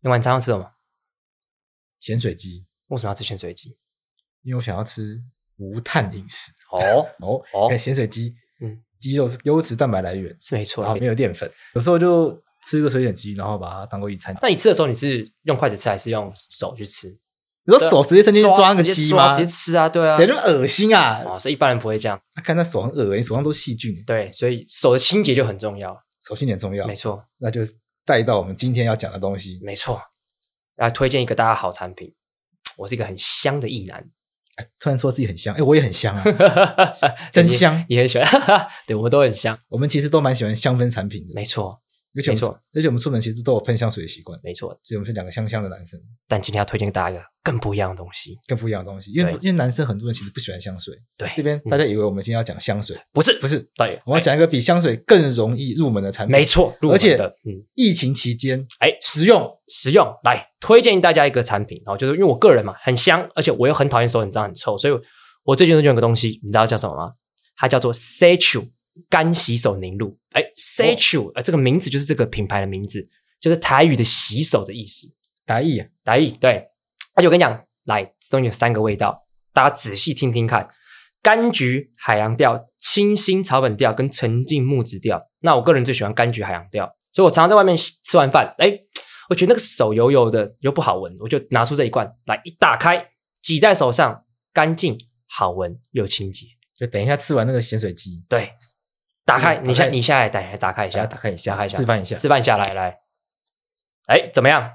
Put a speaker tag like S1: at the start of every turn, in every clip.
S1: 你晚餐要吃什么？
S2: 咸水鸡，
S1: 为什么要吃咸水鸡？
S2: 因为我想要吃无碳饮食。
S1: 哦，
S2: 哦
S1: 哦
S2: 看咸水鸡，
S1: 嗯
S2: 嗯，鸡肉是优质蛋白来源，
S1: 是没错
S2: 然后
S1: 啦。
S2: 没有淀粉，有时候就吃个水煮鸡，然后把它当做一餐。
S1: 那你吃的时候，你是用筷子吃还是用手去吃？
S2: 你说手直接伸进去抓那个
S1: 直接
S2: 鸡
S1: 抓
S2: 吗？
S1: 直接吃啊，对啊。
S2: 谁那么恶心啊？
S1: 哦，所以一般人不会这样。
S2: 啊看他手很恶心，手上都是细菌，
S1: 对，所以手的清洁就很重要。
S2: 手心很重要
S1: 没。错，
S2: 那就带到我们今天要讲的东西，
S1: 没错。来推荐一个大家好产品。我是一个很香的异男，
S2: 突然说自己很香，哎，我也很 香啊， 真香
S1: 也，也很喜欢。 对，我们都很香。
S2: 我们其实都蛮喜欢香氛产品的，
S1: 没错，
S2: 而且我
S1: 没错
S2: 们而且我们出门其实都有喷香水的习惯，
S1: 没错。
S2: 所以我们是两个香香的男生，
S1: 但今天要推荐给大家一个更不一样的东西，
S2: 更不一样的东西。因为
S1: 对
S2: 因为男生很多人其实不喜欢香水，
S1: 对
S2: 这边
S1: 嗯
S2: 大家以为我们今天要讲香水，
S1: 不是
S2: 不是，
S1: 对，
S2: 我们要讲一个比香水更容易入门的产
S1: 哎
S2: 品，
S1: 没。错，入门
S2: 而且
S1: 的嗯，
S2: 疫情期间
S1: 哎，
S2: 实用，
S1: 实用。来推荐大家一个产品，然后就是因为我个人嘛，很香，而且我又很讨厌手很脏很臭，所以我最近就用一个东西，你知道叫什么吗？它叫做 Seichu 干洗手凝露。哎，Seichu，呃，这个名字就是这个品牌的名字，就是台语的洗手的意思。
S2: 达意啊，
S1: 来，对，而且我跟你讲，来，中间有三个味道，大家仔细听听看：柑橘、海洋调、清新草本调跟沉静木质调。那我个人最喜欢柑橘海洋调，所以我常常在外面吃完饭，哎，我觉得那个手油油的又不好闻，我就拿出这一罐来，一打开挤在手上，干净、好闻又清洁。
S2: 就等一下吃完那个咸水鸡，
S1: 对，打开，
S2: 嗯
S1: 你
S2: 打
S1: 下
S2: 开
S1: 你下来打打开一
S2: 大
S1: 下
S2: 家，打开一
S1: 打
S2: 下
S1: 开，一下
S2: 示范一下。
S1: 示范一下来来，哎，怎么样？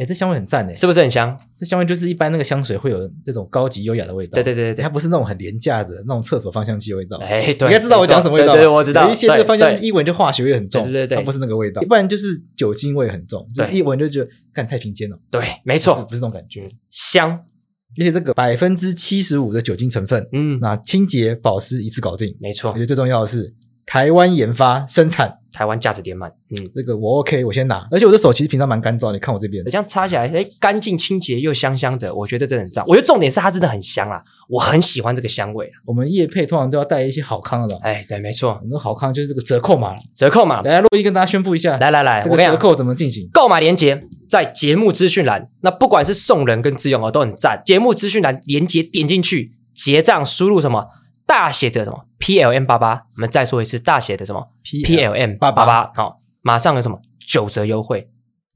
S2: 哎，这香味很赞诶，
S1: 是不是很香？
S2: 这香味就是一般那个香水会有这种高级优雅的味道。
S1: 对对对对对
S2: 它。不是那种很廉价的那种厕所芳香剂的味道。
S1: 哎，
S2: 你
S1: 对，
S2: 应该知道我讲什么味道吧？
S1: 对对，对我知道。
S2: 有一些这个
S1: 对
S2: 芳香
S1: 对
S2: 剂一闻就化学味很重，
S1: 对对对对
S2: 它不是那个味道。不然就是酒精味很重，就是
S1: 对
S2: 一闻就觉得干太平间了。
S1: 对，没
S2: 没
S1: 错，
S2: 不是那种感觉。
S1: 香，
S2: 而且这个百分之七十五的酒精成分，
S1: 嗯，
S2: 那哎清洁保湿一次搞定。
S1: 没
S2: 我
S1: 错
S2: 觉，得最重要的是台湾研发生产，
S1: 台湾价值点满，嗯，
S2: 这个我 OK，我先拿。而且我的手其实平常蛮干燥，你看我这边
S1: 这，样擦起来，哎，干净清洁又香香的，我觉得真的很赞。我觉得重点是它真的很香啦，我很喜欢这个香味啦。
S2: 我们叶配通常都要带一些好康的。
S1: 哎，对，没
S2: 我
S1: 错，
S2: 们的好康就是这个折扣码，
S1: 折扣码，
S2: 来来，洛伊跟大家宣布一下，
S1: 来来来，
S2: 这
S1: 我
S2: 个
S1: 跟你
S2: 折
S1: 讲。
S2: 扣怎么进行？
S1: 购买链接在节目资讯栏，那不管是送人跟自用哦，都很赞。节目资讯栏链接点进去，结账输入什么大写的什么 P L M 八八，我们再说一次大写的什么 P L M 八八八，好，马上有什么九折优惠，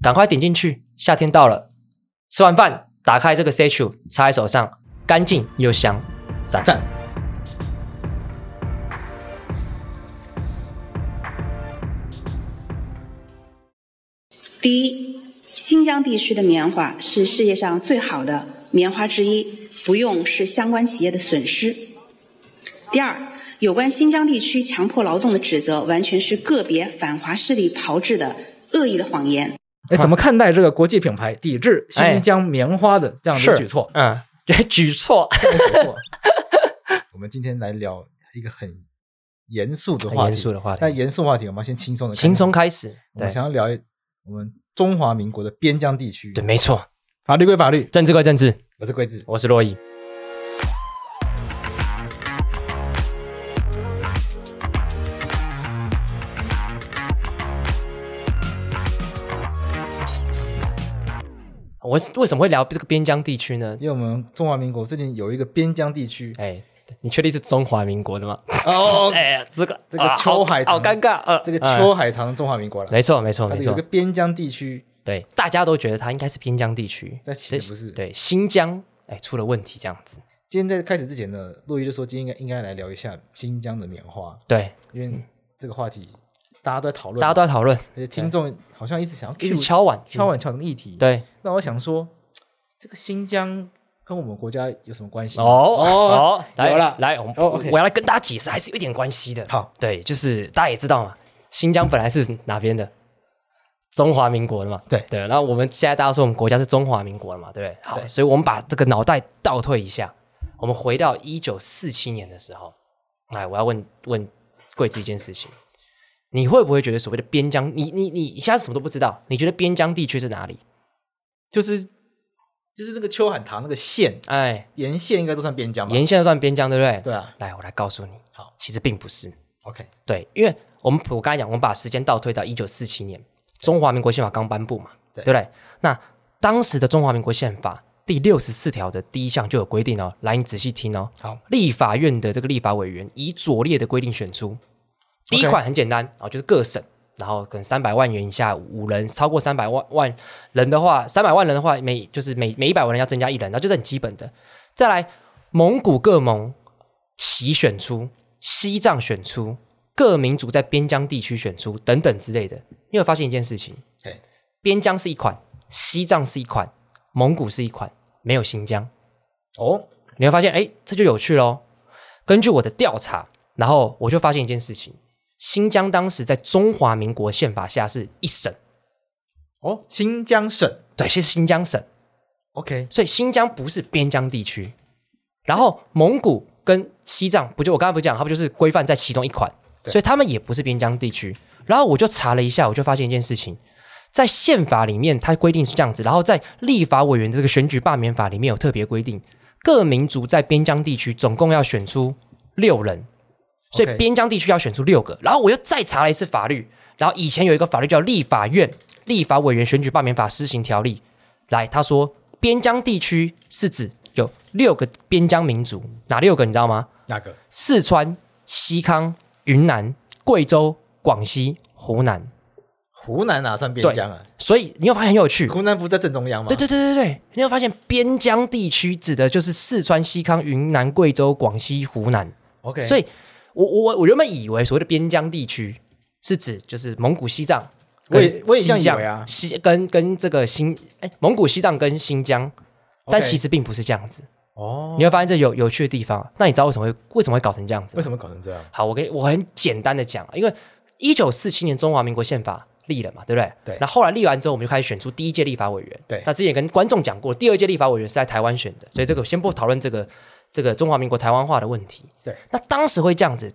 S1: 赶快点进去。夏天到了，吃完饭打开这个 Statue，插在手上，干净又香，赞！
S2: 赞。
S3: 第一，新疆地区的棉花是世界上最好的棉花之一，不用是相关企业的损失。第二，有关新疆地区强迫劳动的指责，完全是个别反华势力炮制的恶意的谎言。
S2: 哎，
S1: 啊
S2: 怎么看待这个国际品牌抵制
S1: 哎
S2: 新疆棉花的这样的
S1: 是
S2: 举措？
S1: 嗯， 举措，
S2: 这样的举措我们今天来聊一个很严肃的
S1: 很
S2: 话
S1: 严
S2: 题
S1: 肃。的话
S2: 那
S1: 题，
S2: 严肃话题，我们要先轻松 的，
S1: 轻松。开始，
S2: 我
S1: 对
S2: 们想要聊一我们中华民国的边疆地区，
S1: 对，没错，
S2: 法律归法律。
S1: 政治归政治，
S2: 我是桂智，
S1: 我是洛伊。我是为什么会聊这个边疆地区呢？
S2: 因为我们中华民国最近有一个边疆地区，
S1: 哎，你确定是中华民国的 吗？
S2: 哦，
S1: 哎，这个
S2: 这个
S1: 啊
S2: 秋海
S1: 好好
S2: 棠
S1: 尴尬啊！
S2: 这个
S1: 哎
S2: 秋海棠中华民国了。
S1: 没错，没错，
S2: 它
S1: 没错
S2: 有一个。边疆地区，
S1: 对，大家都觉得它应该是边疆地区，
S2: 但其实不是
S1: 对，新疆哎出了问题这样子。
S2: 今天在开始之前呢，陆毅就说今天应该应该来聊一下新疆的棉花，
S1: 对，
S2: 因为这个话题大家都在讨论，
S1: 嗯大家都在讨论，
S2: 而且听众好像一直想要
S1: 一直
S2: cue-
S1: 敲碗
S2: 敲碗敲成议题。，
S1: 对，
S2: 那我想说，这个新疆跟我们国家有什么关系 吗？
S1: 哦哦，来
S2: 有了
S1: 来，我们、
S2: 哦，OK
S1: 我要来跟大家解释，还是有一点关系的。
S2: 好，
S1: 对，就是大家也知道嘛，新疆本来是哪边的？中华民国的嘛。
S2: 对
S1: 对，然后我们现在大家说我们国家是中华民国了嘛，对不对？好，
S2: 对
S1: 所以我们把这个脑袋倒退一下，我们回到一九四七年的时候，来，我要问问贵子一件事情。你会不会觉得所谓的边疆？你你你现在什么都不知道？你觉得边疆地区是哪里？
S2: 就是就是那个秋海棠那个县
S1: 哎，
S2: 沿线应该都算边疆吧？
S1: 沿线算边疆，对不对？
S2: 对啊
S1: 来，我来告诉你，
S2: 好
S1: 其实并不是。
S2: ，OK，
S1: 对，因为我们我刚才讲，我们把时间倒退到一九四七年，中华民国宪法刚颁布嘛，
S2: 对
S1: 不对？那当时的中华民国宪法第六十四条的第一项就有规定哦，来你仔细听哦。
S2: 好，
S1: 立法院的这个立法委员以左列的规定选出，第一款很简单啊、哦就是各省，然后可能三百万元以下五人，超过三百万万人的话，三百万人的话，每就是每每一百万人要增加一人，那就是很基本的。再来，蒙古各盟齐选出，西藏选出，各民族在边疆地区选出等等之类的。你有发现一件事情
S2: 嘿？
S1: 边疆是一款，西藏是一款，蒙古是一款，没有新疆。
S2: 哦，
S1: 你会发现，哎，这就有趣喽。根据我的调查，然后我就发现一件事情：新疆当时在中华民国宪法下是一省，
S2: 哦，新疆省
S1: 对，是新疆省，
S2: ，OK，
S1: 所以新疆不是边疆地区。然后蒙古跟西藏，不就我刚才不是讲，他不就是规范在其中一款，
S2: 对
S1: 所以他们也不是边疆地区。然后我就查了一下，我就发现一件事情。在宪法里面，它规定是这样子，然后在立法委员这个选举罢免法里面有特别规定，各民族在边疆地区总共要选出六人，所以
S2: OK
S1: 边疆地区要选出六个。然后我又再查了一次法律，然后以前有一个法律叫《立法院立法委员选举罢免法施行条例》，来，他说边疆地区是指有六个边疆民族，哪六个你知道吗？
S2: 那个
S1: 四川、西康、云南、贵州、广西、湖南。
S2: 湖南哪算边疆啊？
S1: 所以你有发现很有趣，
S2: 湖南不是在正中央吗？
S1: 对对对对对，你有发现边疆地区指的就是四川、西康、云南、贵州、广西、湖南。
S2: ，OK，
S1: 所
S2: 以
S1: 以我我我原本以为所谓的边疆地区是指就是蒙古、西藏
S2: 我
S1: 跟
S2: 也
S1: 西藏。
S2: 我也这样以为啊
S1: 西跟跟这个新哎，蒙古、西藏跟新疆，但
S2: OK
S1: 其实并不是这样子。
S2: 哦，
S1: 你会发现这有有趣的地方。那你知道为什么会为什么会搞成这样子吗？
S2: 为什么搞成这样？
S1: 好，我给我很简单的讲，啊因为一九四七年中华民国宪法立了嘛，对不对？
S2: 对
S1: 那后来立完之后，我们就开始选出第一届立法委员。
S2: 对
S1: 那之前也跟观众讲过，第二届立法委员是在台湾选的，所以这个先不讨论这个这个中华民国台湾化的问题。
S2: 嗯对，
S1: 那当时会这样子，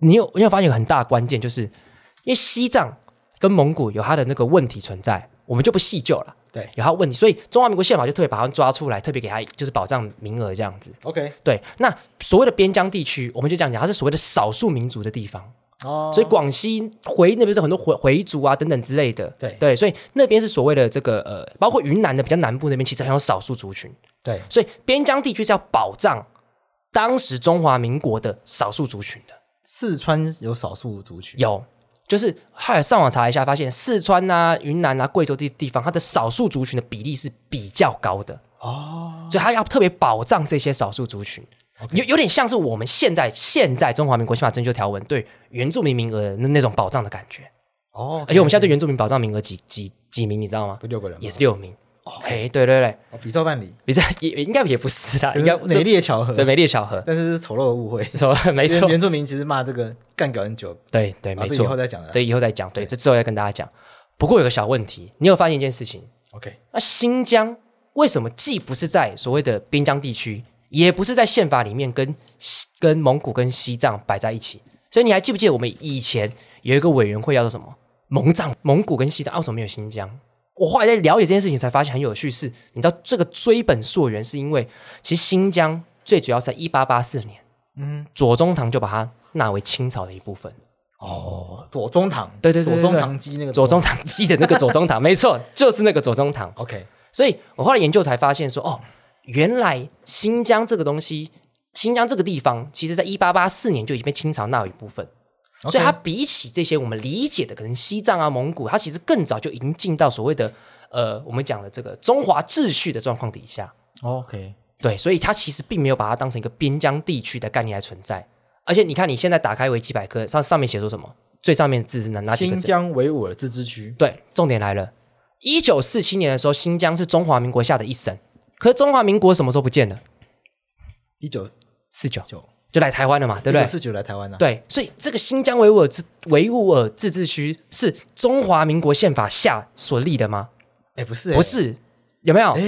S1: 你有你有发现有很大的关键，就是因为西藏跟蒙古有它的那个问题存在，我们就不细究了。
S2: 对
S1: 有它的问题，所以中华民国宪法就特别把它们抓出来，特别给它就是保障名额这样子。
S2: ，OK，
S1: 对，那所谓的边疆地区，我们就这样讲，它是所谓的少数民族的地方，
S2: 哦，
S1: 所以广西回那边是很多回回族啊等等之类的。
S2: 对
S1: 对，所以那边是所谓的这个呃，包括云南的比较南部那边，其实很有少数族群，
S2: 对
S1: 所以边疆地区是要保障当时中华民国的少数族群的。
S2: 四川有少数族群，
S1: 有，就是后来上网查一下，发现四川啊、云南啊、贵州地地方，它的少数族群的比例是比较高的哦，所以它要特别保障这些少数族群。有有点像是我们现在现在中华民国宪法征修条文对原住民名额的那那种保障的感觉，
S2: 哦，
S1: 而且我们现在对原住民保障名额几几几名，你知道吗
S2: 不？六个人吗
S1: 也是六名。哎、对对对，
S2: 哦比照办理，
S1: 也是 也也应该也不是啊啦，应该
S2: 美丽的巧合
S1: 对，美丽巧合，
S2: 但是是丑陋的误会，
S1: 错，没
S2: 因为
S1: 错，
S2: 原住民其实骂这个干搞很久，
S1: 对对
S2: 啊
S1: 没
S2: 这
S1: 错
S2: 以后。再讲了。
S1: 对，以后再讲。对，这之后再跟大家讲。不过有个小问题，你有发现一件事情？
S2: ，OK，
S1: 那新疆为什么既不是在所谓的边疆地区，也不是在宪法里面跟西跟蒙古跟西藏摆在一起？所以你还记不记得我们以前有一个委员会叫做什么？蒙藏、蒙古跟西藏，啊为什么没有新疆？我后来在了解这件事情，才发现很有趣是，你知道这个追本溯源，是因为其实新疆最主要是在一八八四年，
S2: 嗯，
S1: 左宗棠就把它纳为清朝的一部分。
S2: 哦，左宗棠，
S1: 对对对对对
S2: 左宗棠鸡那个
S1: 左宗棠记的那个左宗棠，没错，就是那个左宗棠。
S2: ，OK，
S1: 所以我后来研究才发现说，哦，原来新疆这个东西，新疆这个地方，其实在一八八四年就已经被清朝纳入一部分。所
S2: OK
S1: 以它比起这些我们理解的可能西藏啊、蒙古，它其实更早就已经进到所谓的呃我们讲的这个中华秩序的状况底下。
S2: OK，
S1: 对，所以它其实并没有把它当成一个边疆地区的概念来存在。而且你看，你现在打开维基百科上上面写说什么？最上面的字是哪哪几个
S2: 新
S1: 字？
S2: 疆维吾尔自治区，
S1: 对，重点来了，一九四七年的时候，新疆是中华民国下的一省，可是中华民国什么时候不见了？
S2: 一九
S1: 四九
S2: 九，
S1: 就来台湾了嘛，对
S2: 一
S1: 不
S2: 九
S1: 对？
S2: 四九来台湾的，啊
S1: 对，所以这个新疆维吾尔自维吾尔自治区是中华民国宪法下所立的吗？
S2: 哎，不是，
S1: 不，是，有没有？
S2: 哎，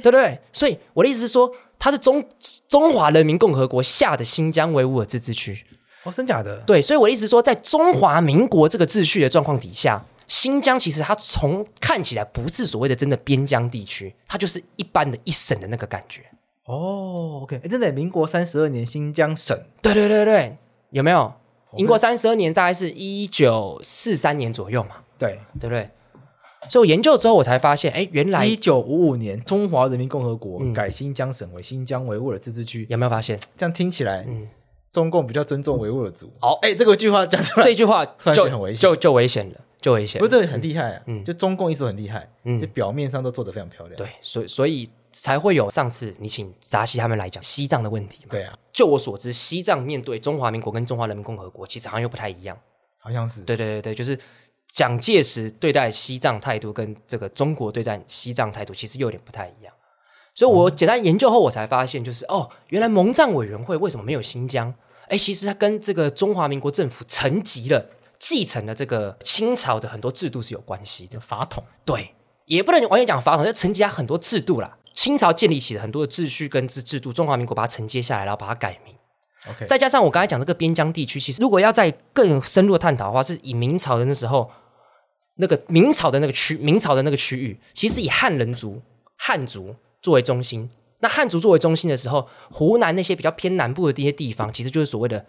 S1: 对不对？所以我的意思是说，它是中中华人民共和国下的新疆维吾尔自治区。
S2: 哦，真假的，
S1: 对，所以我的意思是说，在中华民国这个秩序的状况底下，新疆其实它从看起来不是所谓的真的边疆地区，它就是一般的一省的那个感觉。
S2: 哦，OK，哎，真的，民国三十二年新疆省，
S1: 对对对对，有没有？
S2: 我
S1: 民国
S2: 们
S1: 三十二年大概是一九四三年左右嘛，
S2: 对，
S1: 对不对？所以我研究之后，我才发现，哎，原来
S2: 一九五五年中华人民共和国
S1: 嗯
S2: 改新疆省为新疆维吾尔自治区，
S1: 有没有发现？
S2: 这样听起来，
S1: 嗯，
S2: 中共比较尊重维吾尔族。
S1: 好
S2: 哎，这个句话讲出来，
S1: 这句话
S2: 突然
S1: 就
S2: 觉得很危险
S1: 就就危险了，就危险
S2: 不
S1: 了。
S2: 是这个很厉害啊
S1: 嗯嗯，
S2: 就中共一直都很厉害，
S1: 嗯
S2: 就表面上都做得非常漂亮。
S1: 对，所以所以才会有上次你请扎西他们来讲西藏的问题嘛。
S2: 对啊，
S1: 就我所知，西藏面对中华民国跟中华人民共和国，其实好像又不太一样。
S2: 好像是。
S1: 对对对对，就是蒋介石对待西藏态度跟这个中国对待西藏态度，其实又有点不太一样。所以我
S2: 嗯
S1: 简单研究后，我才发现，就是哦，原来蒙藏委员会为什么没有新疆？哎，其实它跟这个中华民国政府承袭了、继承了这个清朝的很多制度是有关系的。
S2: 法统，
S1: 对，也不能完全讲法统，就承接它很多制度啦。清朝建立起的很多的秩序跟制制度，中华民国把它承接下来，然后把它改名。
S2: OK，
S1: 再加上我刚才讲这个边疆地区，其实如果要再更深入的探讨的话，是以明朝的那时候，那个明朝的那个区，明朝的那个区域，其实以汉人族、汉族作为中心。那汉族作为中心的时候，湖南那些比较偏南部的这些地方，其实就是所谓的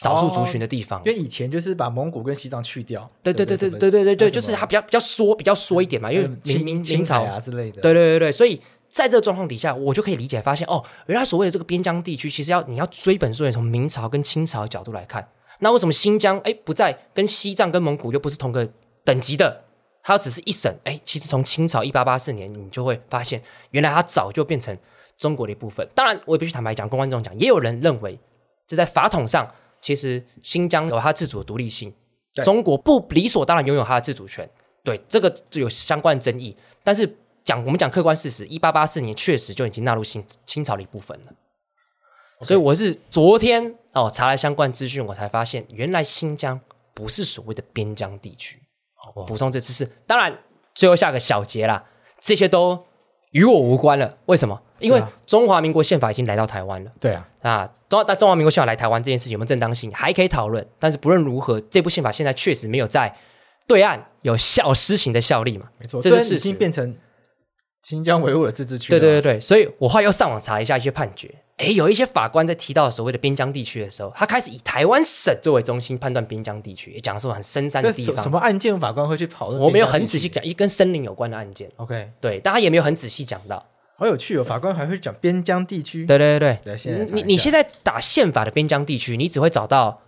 S1: 少数族群的地方。
S2: 因为以前就是把蒙古跟西藏去掉，
S1: 哦对对对对对对对对，就是它比较比较缩比较缩一点嘛，因为
S2: 呃
S1: 明明明呃朝
S2: 啊之类的，
S1: 对对对对，所以在这个状况底下，我就可以理解发现哦，原来所谓的这个边疆地区，其实要你要追本溯源，从明朝跟清朝的角度来看，那为什么新疆哎不在跟西藏跟蒙古又不是同个等级的？它只是一省，哎，其实从清朝一八八四年，你就会发现，原来它早就变成中国的一部分。当然，我也必须坦白讲，跟观众讲，也有人认为这在法统上，其实新疆有它自主的独立性，
S2: 对
S1: 中国不理所当然拥有它的自主权。对，这个就有相关的争议。但是讲我们讲客观事实，一八八四年确实就已经纳入清清朝的一部分了。所以我是昨天哦查了相关资讯，我才发现原来新疆不是所谓的边疆地区。
S2: 哇
S1: 补充这知识，当然最后下个小节啦，这些都与我无关了。为什么？因为
S2: 对啊
S1: 中华民国宪法已经来到台湾了。
S2: 对啊，
S1: 啊，中但中华民国宪法来台湾这件事情有没有正当性，还可以讨论。但是不论如何，这部宪法现在确实没有在对岸有效施行的效力嘛，
S2: 没错，
S1: 这是
S2: 虽然
S1: 事
S2: 已
S1: 实
S2: 经。变成新疆维吾尔自治区
S1: 对
S2: 了啊，
S1: 对对对，所以我后来又上网查了一下一些判决，诶，有一些法官在提到所谓的边疆地区的时候，他开始以台湾省作为中心判断边疆地区，也讲说很深山的
S2: 那
S1: 地
S2: 什什
S1: 方。
S2: 么案件法官会去讨论？
S1: 我没有很仔细。讲，一跟森林有关的案件，
S2: OK，
S1: 对，但他也没有很仔细讲到。
S2: 好有趣哦，法官还会讲边疆地区。
S1: 对对对
S2: 来
S1: 对
S2: 现在，查
S1: 你
S2: 一
S1: 你
S2: 下
S1: 现在打宪法的边疆地区，你只会找到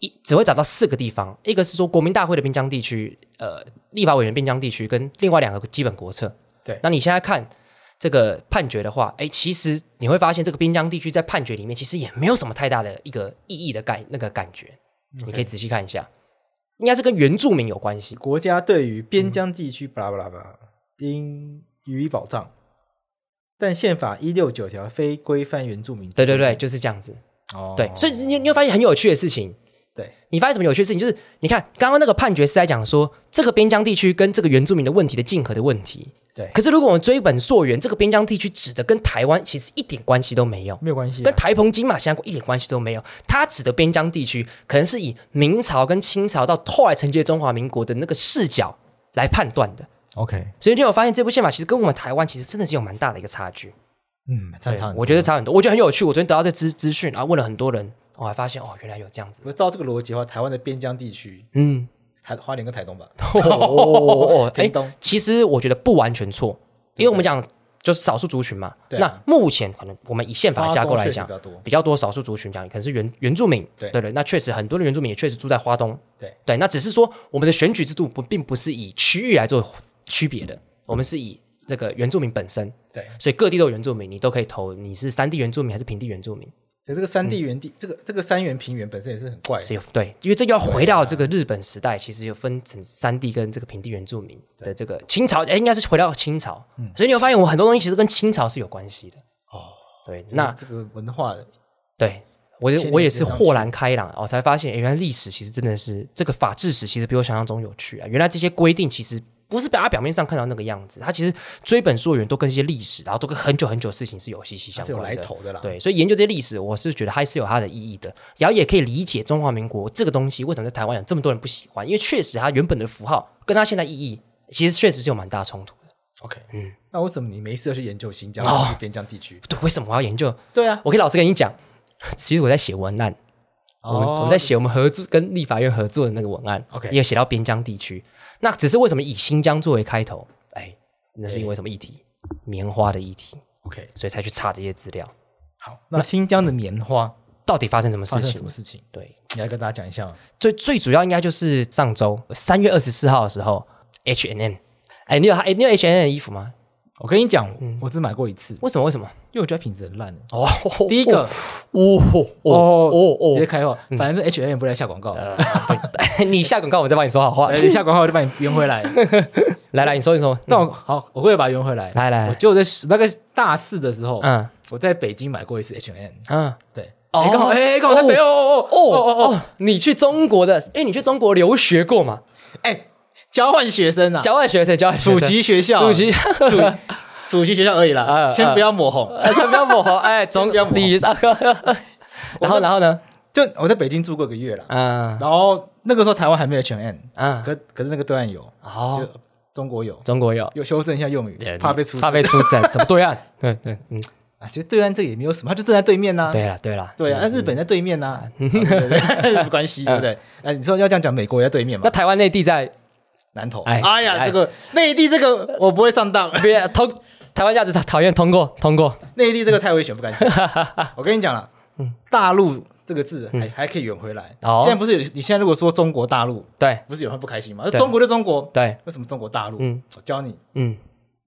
S1: 一只会找到四个地方，一个是说国民大会的边疆地区，呃，立法委员边疆地区跟另外两个基本国策。
S2: 对
S1: 那你现在看这个判决的话，哎，其实你会发现这个边疆地区在判决里面其实也没有什么太大的一个意义的感那个感觉，
S2: 嗯
S1: 你可以仔细看一下，应该是跟原住民有关系。
S2: 国家对于边疆地
S1: 嗯
S2: 区巴拉巴拉巴拉应予以保障，但宪法一六九条非规范原住民。
S1: 对对对，，就是这样子。
S2: 嗯哦，
S1: 对，所以你你会发现很有趣的事情，
S2: 对
S1: 你发现什么有趣的事情？就是你看刚刚那个判决是在讲说这个边疆地区跟这个原住民的问题的竞合的问题。
S2: 对，
S1: 可是如果我们追本溯源，这个边疆地区指的跟台湾其实一点关系都没有，
S2: 没有关系啊
S1: 跟台澎金马相关一点关系都没有。它指的边疆地区可能是以明朝跟清朝到后来承接中华民国的那个视角来判断的。
S2: OK，
S1: 所以你有发现这部宪法其实跟我们台湾其实真的是有蛮大的一个差距。
S2: 嗯，正常。
S1: 我觉得差很多，我觉得很有趣。我昨天得到这资资讯，然后问了很多人，我还发现哦，原来有这样子。
S2: 我照这个逻辑的话，台湾的边疆地区，
S1: 嗯，
S2: 台花莲跟台东吧，
S1: 哦哦哦，哎
S2: 屏东，
S1: 其实我觉得不完全错，因为我们讲就是少数族群嘛。
S2: 对
S1: 那
S2: 啊
S1: 目前可能我们以宪法的架构来
S2: 花
S1: 讲
S2: 东确实比较多，
S1: 比较多少数族群讲，可能是原原住民。
S2: 对
S1: 对对，那确实很多的原住民也确实住在花东。
S2: 对
S1: 对，那只是说我们的选举制度不并不是以区域来做区别的，我们是以这个原住民本身，
S2: 对，
S1: 所以各地都有原住民，你都可以投，你是山地原住民还是平地原住民？
S2: 所以这个山
S1: 嗯
S2: 地原地，这个这个山原平原本身也是很怪的
S1: 只。有对，因为这又要回到这个日本时代，其实有分成山地跟这个平地原住民的这个清朝，哎，应该是回到清朝，所以你会发现我很多东西其实跟清朝是有关系的。
S2: 哦，
S1: 对，那
S2: 这个文化
S1: 对我也
S2: 千里
S1: 我也是
S2: 之上
S1: 豁然开朗，我才发现，哎，原来历史其实真的是这个法治史，其实比我想象中有趣啊！原来这些规定其实不是把它表面上看到那个样子，它其实追本溯源都跟一些历史，然后都跟很久很久的事情是有息息
S2: 它
S1: 相
S2: 是有
S1: 关的。
S2: 来头的啦。，
S1: 对，所以研究这些历史，我是觉得还是有它的意义的，然后也可以理解中华民国这个东西为什么在台湾有这么多人不喜欢，因为确实它原本的符号跟它现在意义其实确实是有蛮大冲突的。
S2: OK，
S1: 嗯
S2: 嗯，那为什么你没事要去研究新疆
S1: 哦
S2: 或是边疆地区？
S1: 对，为什么我要研究？
S2: 对啊，
S1: 我可以老实跟你讲，其实我在写文案，
S2: 哦
S1: 我们、我们在写我们合作跟立法院合作的那个文案
S2: OK
S1: 也有写到边疆地区。那只是为什么以新疆作为开头？哎，那是因为什么议题？棉花的议题，
S2: OK，
S1: 所以才去查这些资料，
S2: 好，那新疆的棉花
S1: 到底发生什么
S2: 发
S1: 事
S2: 生什
S1: 情
S2: 么？事情？
S1: 对，
S2: 你来跟大家讲一下吗。
S1: 最最主要应该就是上周三月二十四号的时候，H and M，哎，你有哎你有 H and M 的衣服吗？
S2: 我跟你讲，我只买过一次，
S1: 为什么？为什么？
S2: 因为我觉得品质很烂。
S1: 嗯
S2: 啊
S1: 哦，
S2: 第一个，
S1: 哦，哦哦哦
S2: 直
S1: 哦
S2: 接，开话，反正 H M 不来下广告，
S1: 呃， 对，你下广告我再帮你说好话
S2: 来。你下广告我就把你圆回来。
S1: 来来，你说你说，
S2: 那我好，我会把它圆回来。
S1: 嗯来来来
S2: 我就在那个大四的时候，
S1: 嗯
S2: 我在北京买过一次 H M，
S1: 嗯，
S2: 对，
S1: 哦
S2: 哎刚好哎刚好在北欧哦
S1: 哦哦哦，你去中国的，哎，你去中国留学过吗？
S2: 哎交换学生啊，
S1: 交换学生，交换学
S2: 暑
S1: 生
S2: 期学校，
S1: 暑期，
S2: 暑暑期学校而已啦，
S1: 啊
S2: 先不要抹红。
S1: 呃，就不要抹红，哎，总
S2: 不要抹红
S1: 理上， 然后然后呢？
S2: 就我在北京住过一个月啦，
S1: 嗯
S2: 然后那个时候台湾还没有 H M，
S1: 嗯，
S2: 可可是那个对岸有，
S1: 哦，
S2: 就中国有，
S1: 中国有。
S2: 有修正一下用语
S1: 也，
S2: 怕被出
S1: 怕被出征，怎么对 岸？对对，嗯，
S2: 啊，其实对岸这也没有什么，他就正在对面呐、
S1: 对嗯了对了，
S2: 啊对啊，那日本在 对面呐、啊，对对对 有关系对
S1: 嗯
S2: 不对？哎，你说要这样讲，美国也在对面嘛
S1: 那？台湾内地在
S2: 南投，
S1: 哎
S2: 哎呀，
S1: 哎
S2: 这个内地这个我不会上当，
S1: 别通，台湾价值讨厌通过通过，
S2: 内地这个太危险，不 敢讲。我跟你讲了，大陆这个字还还可以圆回来。
S1: 嗯哦
S2: 现在不是有你现在如果说中国大陆，
S1: 对
S2: 不是有人会不开心吗？
S1: 对
S2: 中国就中国，
S1: 对，
S2: 为什么中国大陆？
S1: 嗯
S2: 我教你，
S1: 嗯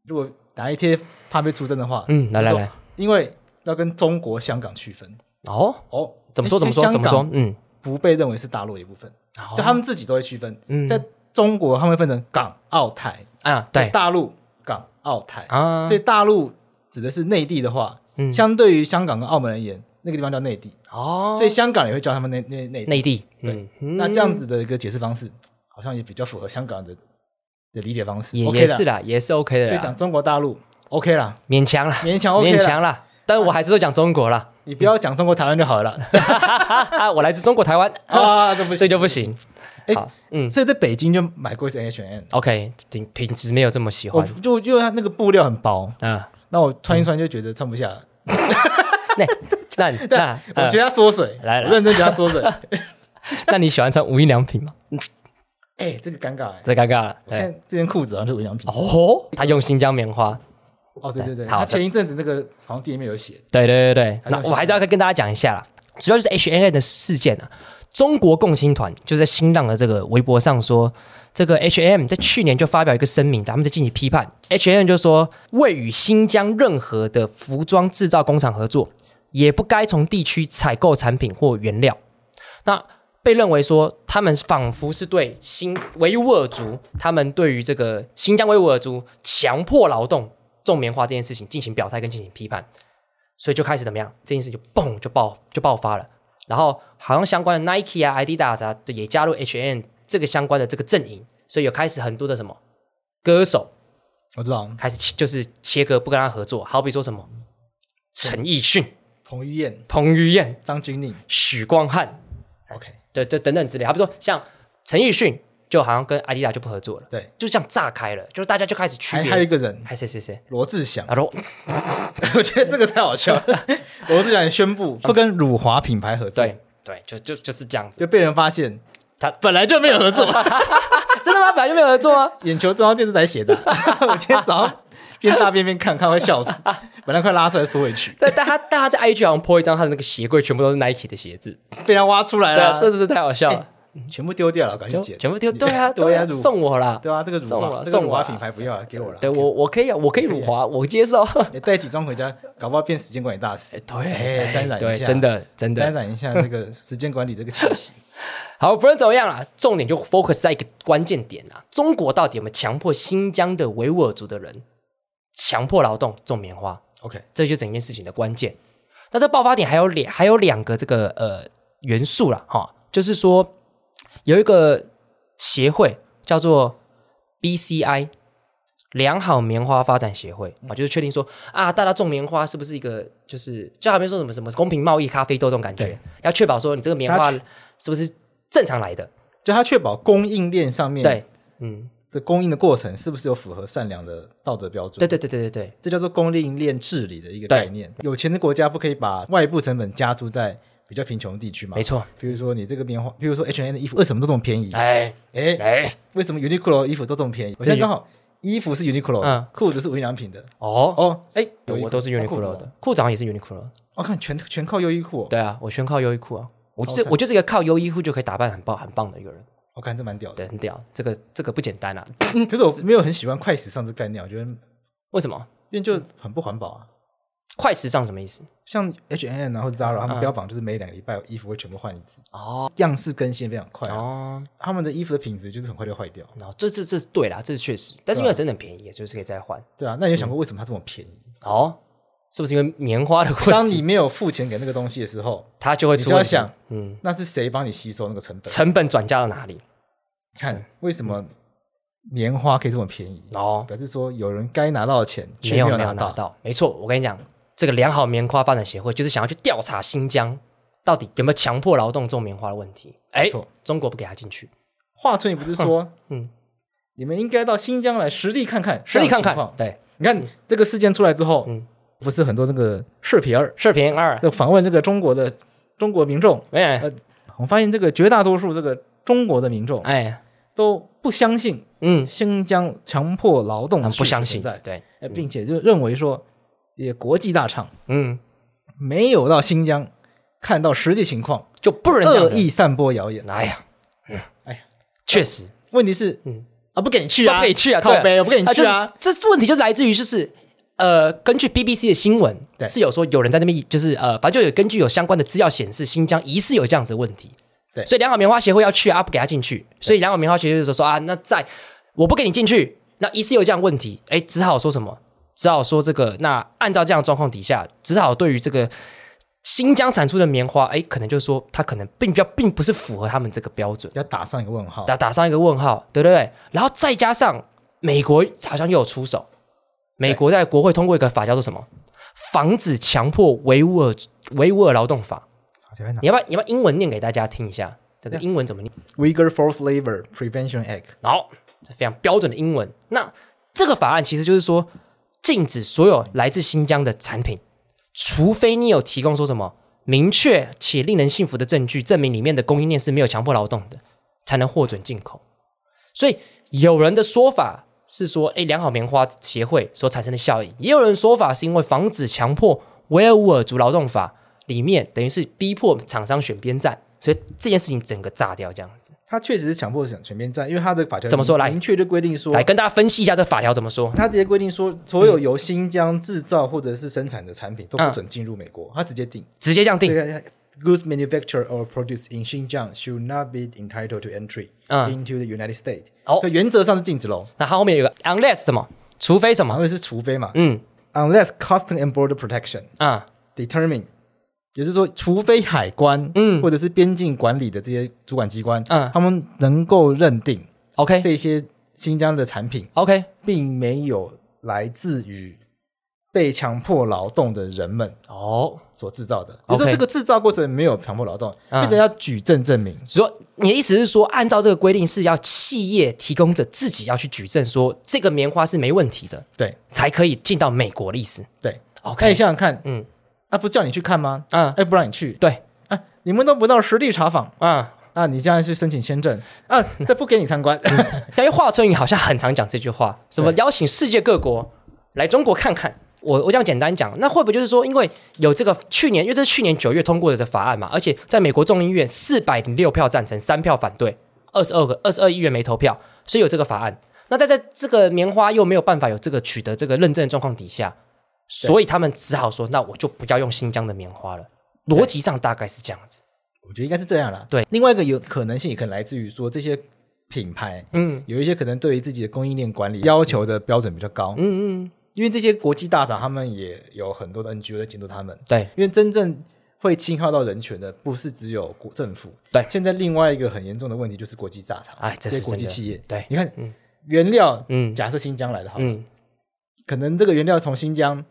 S2: 如果哪一天怕被出征的话，
S1: 嗯，来来
S2: 就说
S1: 来，，
S2: 因为要跟中国香港区分。
S1: 哦，
S2: 哦，
S1: 怎么说怎么说
S2: 香
S1: 怎么
S2: 港
S1: 说？嗯，
S2: 不被认为是大陆的一部分，
S1: 哦
S2: 就他们自己都会区分。
S1: 嗯
S2: 在中国，他们会分成港澳台，
S1: 啊
S2: 就
S1: 对
S2: 大陆港澳台。
S1: 啊，
S2: 所以大陆指的是内地的话，
S1: 嗯
S2: 相对于香港跟澳门而言，那个地方叫内地，
S1: 哦，
S2: 所以香港也会叫他们内内内地。
S1: 内地
S2: 对
S1: 对，嗯
S2: 那这样子的一个解释方式，好像也比较符合香港的的理解方式。
S1: 也
S2: OK
S1: 也是
S2: 啦，
S1: 啦，也是 OK
S2: 所
S1: 的
S2: 以讲
S1: 啦，
S2: 中国大陆 OK 啦，
S1: 勉强啦，
S2: 勉强 OK 啦
S1: 勉强啦，但我还是都讲中国 啦，
S2: 你不要讲中国台湾就好了啦。
S1: 啊，我来自中国台湾啊，
S2: 啊，这不
S1: 所以
S2: 行。
S1: 就不行。
S2: 哎
S1: 好，嗯
S2: 所以在北京就买过一次 H&M，
S1: ，OK，品品质没有这么喜
S2: 我
S1: 欢
S2: 哦就因为它那个布料很薄，
S1: 啊。
S2: 那我穿一穿就觉得穿不 下，
S1: 那那
S2: 但
S1: 那，
S2: 我
S1: 嗯
S2: 觉得它缩水，
S1: 来来
S2: 我认真觉得它缩 水。
S1: 那你喜欢穿无印良品吗？
S2: 哎，这个尴尬 哎，
S1: 这尴尬了。
S2: 我现
S1: 对
S2: 在这件裤子好像是无印良品。
S1: 哦，他用新疆棉花，
S2: 哦，对对对，
S1: 好
S2: 他前一阵子那个好像店里面有写，
S1: 对对对对。
S2: 还是
S1: 那
S2: 用新
S1: 我还是要跟大家讲一下啦，主要就是 H N N 的事件啊。中国共青团就在新浪的这个微博上说，这个 H M 在去年就发表一个声明，他们在进行批判。H M 就说，未与新疆任何的服装制造工厂合作，也不该从地区采购产品或原料。那被认为说，他们仿佛是对新维吾尔族，他们对于这个新疆维吾尔族强迫劳动种棉花这件事情进行表态跟进行批判，所以就开始怎么样，这件事就嘣就爆就爆发了。然后好像相关的 Nike 啊、Adidas 啊也加入 H&M 这个相关的这个阵营，所以有开始很多的什么歌手
S2: 我知道，
S1: 开始切就是切割不跟他合作，好比说什么陈奕迅、
S2: 彭于晏、
S1: 彭于晏、
S2: 张钧甯
S1: 许光汉
S2: ，OK，
S1: 对对等等之类。好比说像陈奕迅，就好像跟阿迪达就不合作了，
S2: 对，
S1: 就这样炸开了，就是大家就开始区
S2: 还
S1: 别。啊
S2: 还有一个人
S1: 还谁谁谁，
S2: 罗志祥，
S1: 然后
S2: 我觉得这个才好笑。 罗志祥也宣布不跟辱华品牌合作，
S1: 对对，就就就是这样子。
S2: 就被人发现
S1: 他
S2: 本来就没有 合作，
S1: 啊真的吗？本来就没有合作啊吗？
S2: 眼球中央电视台写的。 我今天早上边大便边看，看会笑死，本来快拉出来缩回去，
S1: 在但他但他在 IG 好像 po 一张他的那个鞋柜，全部都是 Nike 的鞋子，
S2: 被他挖出来
S1: 对啊，
S2: 了
S1: 这，真是太好笑
S2: 哎
S1: 了，
S2: 全部丢掉了，赶紧
S1: 就
S2: 剪，
S1: 全部丢，
S2: 你
S1: 对啊，
S2: 对
S1: 对
S2: 啊，
S1: 啊，
S2: 辱
S1: 送我啦，
S2: 对啊，这个辱
S1: 送
S2: 华，
S1: 我
S2: 这个
S1: 送
S2: 辱
S1: 我
S2: 华
S1: 啦
S2: 品牌不要了，给我了，
S1: 对我我可以啊，我可以辱华，我接 受。
S2: 你带几张回家，搞不好变时间管理大师。哎
S1: 哎
S2: 沾染一
S1: 对，
S2: 下
S1: 真的真
S2: 沾
S1: 的。
S2: 染一下这个时间管理的一个气 息。
S1: 好，不论怎么样啦，重点就 focus 在一个关键点啦，中国到底有没有强迫新疆的维吾尔族的人强迫劳动种棉花？
S2: OK，
S1: 这就是整件事情的关键。那这爆发点还有两还有两个这个呃元素啦，哈，就是说有一个协会叫做 BCI 良好棉花发展协会
S2: 嗯
S1: 啊，就是确定说啊，大家种棉花是不是一个就是就还没说什么什么公平贸易咖啡豆这种感觉
S2: 对，
S1: 要确保说你这个棉花
S2: 它确
S1: 是不是正常来的？
S2: 就它确保供应链上面
S1: 对，嗯，
S2: 的供应的过程是不是有符合善良的道德标准？
S1: 对对对对对对，
S2: 这叫做供应链治理的一个概念。有钱的国家不可以把外部成本加注在比较贫穷的地区嘛。
S1: 没错。
S2: 比如说你这个棉花，比如说 H&M 的衣服为什么都这么便宜？
S1: 哎
S2: 哎，
S1: 哎，
S2: 为什么 Uniqlo 衣服都这么便宜？我现在刚好衣服是 Uniqlo，
S1: 嗯
S2: 的裤子是无印良品的。
S1: 哦
S2: 哦，
S1: 哎，
S2: 优衣库
S1: 我都是
S2: 那裤
S1: Uniqlo
S2: 子呢
S1: 的，裤长也是 Uniqlo 的。
S2: 我看全全靠优衣库哦。
S1: 对啊，我全靠优衣库啊，我
S2: 超
S1: 这
S2: 赞
S1: 我就是一个靠优衣库就可以打扮很棒很棒的一个人，
S2: 我哦看这蛮屌的。
S1: 对，很屌，这个这个不简单啊。
S2: 可是我没有很喜欢快时尚这概念，我觉得
S1: 为什么？
S2: 因为
S1: 嗯
S2: 就很不环保啊。
S1: 快时尚什么意思？
S2: 像 H&M 然后 Zara 他们
S1: 嗯
S2: 标榜就是每两个礼拜衣服会全部换一次，
S1: 哦
S2: 样式更新非常快啊，
S1: 哦，
S2: 他们的衣服的品质就是很快就坏掉。
S1: 然后这这这对啊啦，这是确实，但是因为真的很便宜，就是可以再换。
S2: 对啊，那你有想过为什么它这么便宜？
S1: 哦，是不是因为棉花的问
S2: 当
S1: 题，
S2: 你没有付钱给那个东西的时候，
S1: 它就会
S2: 你
S1: 出
S2: 就要
S1: 问题？
S2: 想，
S1: 嗯，
S2: 那是谁帮你吸收那个成本？
S1: 成本转嫁到哪里？
S2: 看为什么棉花可以这么便宜？
S1: 哦，
S2: 表示说有人该拿到的钱却
S1: 没有
S2: 有
S1: 没有
S2: 到。
S1: 拿到，没错，我跟你讲，这个良好棉花发展协会就是想要去调查新疆到底有没有强迫劳动种棉花的问题。哎
S2: 没错，
S1: 中国不给他进去，
S2: 华春莹不是说，
S1: 嗯，
S2: 你们应该到新疆来实地看看，
S1: 实地看
S2: 这
S1: 看。
S2: 样啊的情况。
S1: 对，
S2: 你看这个事件出来之后
S1: 嗯，
S2: 不是很多这个视频儿
S1: 视频二，
S2: 就访问这个中国的中国民众，
S1: 哎
S2: 呃我发现这个绝大多数这个中国的民众
S1: 哎，
S2: 都不相信
S1: 嗯，
S2: 新疆强迫劳动
S1: 很
S2: 的
S1: 嗯不相
S2: 事
S1: 信
S2: 实
S1: 嗯
S2: 存，在，
S1: 对，
S2: 呃并且就认为说，也国际大厂
S1: 嗯，
S2: 没有到新疆看到实际情况，
S1: 就不能这样
S2: 恶
S1: 子
S2: 意散播谣言。
S1: 哎呀，
S2: 哎呀，
S1: 确实，
S2: 问题是
S1: 嗯，
S2: 啊，不给你去啊，
S1: 不给你去啊，
S2: 靠
S1: 对啊
S2: 北，我不给你去啊。
S1: 啊就是这问题就来自于就是。呃，根据 BBC 的新闻
S2: 对
S1: 是有说有人在那边，就是呃，反正就有根据有相关的资料显示，新疆疑似有这样子的问题，
S2: 对
S1: 所以良好棉花协会要去啊，不给他进去，所以良好棉花协会就说啊，那在我不给你进去，那疑似有这样的问题，哎，只好说什么？只好说这个，那按照这样的状况底下，只好对于这个新疆产出的棉花，哎，可能就是说它可能并不并不是符合他们这个标准。
S2: 要打上一个问号。
S1: 打打上一个问号，对对对，然后再加上美国好像又有出手，美国在国会通过一个法叫做什么《防止强迫维吾尔维吾尔劳动法》，
S2: 好台湾拿
S1: 你要不要你要不要英文念给大家听一下？这个
S2: 对
S1: 英文怎么念？
S2: Uyghur Forced Labor Prevention Act，
S1: 然后这非常标准的英文。那这个法案其实就是说，禁止所有来自新疆的产品，除非你有提供说什么明确且令人信服的证据，证明里面的供应链是没有强迫劳动的，才能获准进口。所以有人的说法是说，哎，良好棉花协会所产生的效应；也有人说法是因为防止强迫维吾尔族劳动法里面等于是逼迫厂商选边站，所以这件事情整个炸掉这样子。
S2: 它确实是强迫想全面战，因为它的法条
S1: 怎么说来
S2: 明确就规定说，
S1: 来跟大家分析一下这法条怎么说。
S2: 它直接规定说，所有由新疆制造或者是生产的产品都不准进入美国，它直接定。
S1: 直接这样嗯定，
S2: 对，goods manufactured or produced in Xinjiang should not be entitled to entry
S1: 嗯
S2: into the United States。
S1: 哦
S2: 所以原则上是禁止喽，
S1: 那它后面有个 unless 什么，除非什
S2: 然
S1: 么，
S2: 后是除非嘛
S1: 嗯
S2: ，unless custom and border protection
S1: 啊
S2: determine，也就是说，除非海关
S1: 嗯
S2: 或者是边境管理的这些主管机关，
S1: 嗯
S2: 他们能够认定
S1: ，OK
S2: 这些新疆的产品
S1: OK，
S2: 并没有来自于被强迫劳动的人们
S1: 哦，
S2: 所制造的。比如说，
S1: OK
S2: 这个制造过程没有强迫劳动，
S1: 嗯
S2: 变成要举证证明。
S1: 所以你的意思是说，按照这个规定是要企业提供者自己要去举证说这个棉花是没问题的，
S2: 对
S1: 才可以进到美国的意思。
S2: 对，那你
S1: OK，
S2: 想想看，
S1: 嗯
S2: 啊，不叫你去看吗？
S1: 嗯，
S2: 哎，不让你去，
S1: 对，
S2: 哎，你们都不到实地查访，
S1: 嗯，
S2: 啊，你这样去申请签证， 啊，这不给你参观。
S1: 因为华春莹好像很常讲这句话，什么
S2: 对
S1: 邀请世界各国来中国看看。我我这样简单讲，那会不会就是说，因为有这个去年，因为这是去年九月通过的这法案嘛，而且在美国众议院四百零六票赞成，三票反对，二十二个二十二议员没投票，所以有这个法案。那在在这个棉花又没有办法有这个取得这个认证的状况底下，所以他们只好说，那我就不要用新疆的棉花了。逻辑上大概是这样子，
S2: 我觉得应该是这样啦。
S1: 对，
S2: 另外一个有可能性也可能来自于说这些品牌。
S1: 嗯
S2: 有一些可能对于自己的供应链管理要求的标准比较高，
S1: 嗯嗯，
S2: 因为这些国际大厂他们也有很多的 NGO 在监督他们，
S1: 对，
S2: 因为真正会侵害到人权的，不是只有国政府。
S1: 对
S2: 现在另外一个很严重的问题就是国际大厂，
S1: 哎这是
S2: 些国际
S1: 真的
S2: 企业。
S1: 对
S2: 你看
S1: 嗯
S2: 原料，
S1: 嗯
S2: 假设新疆来的好了，
S1: 嗯
S2: 可能这个原料从新疆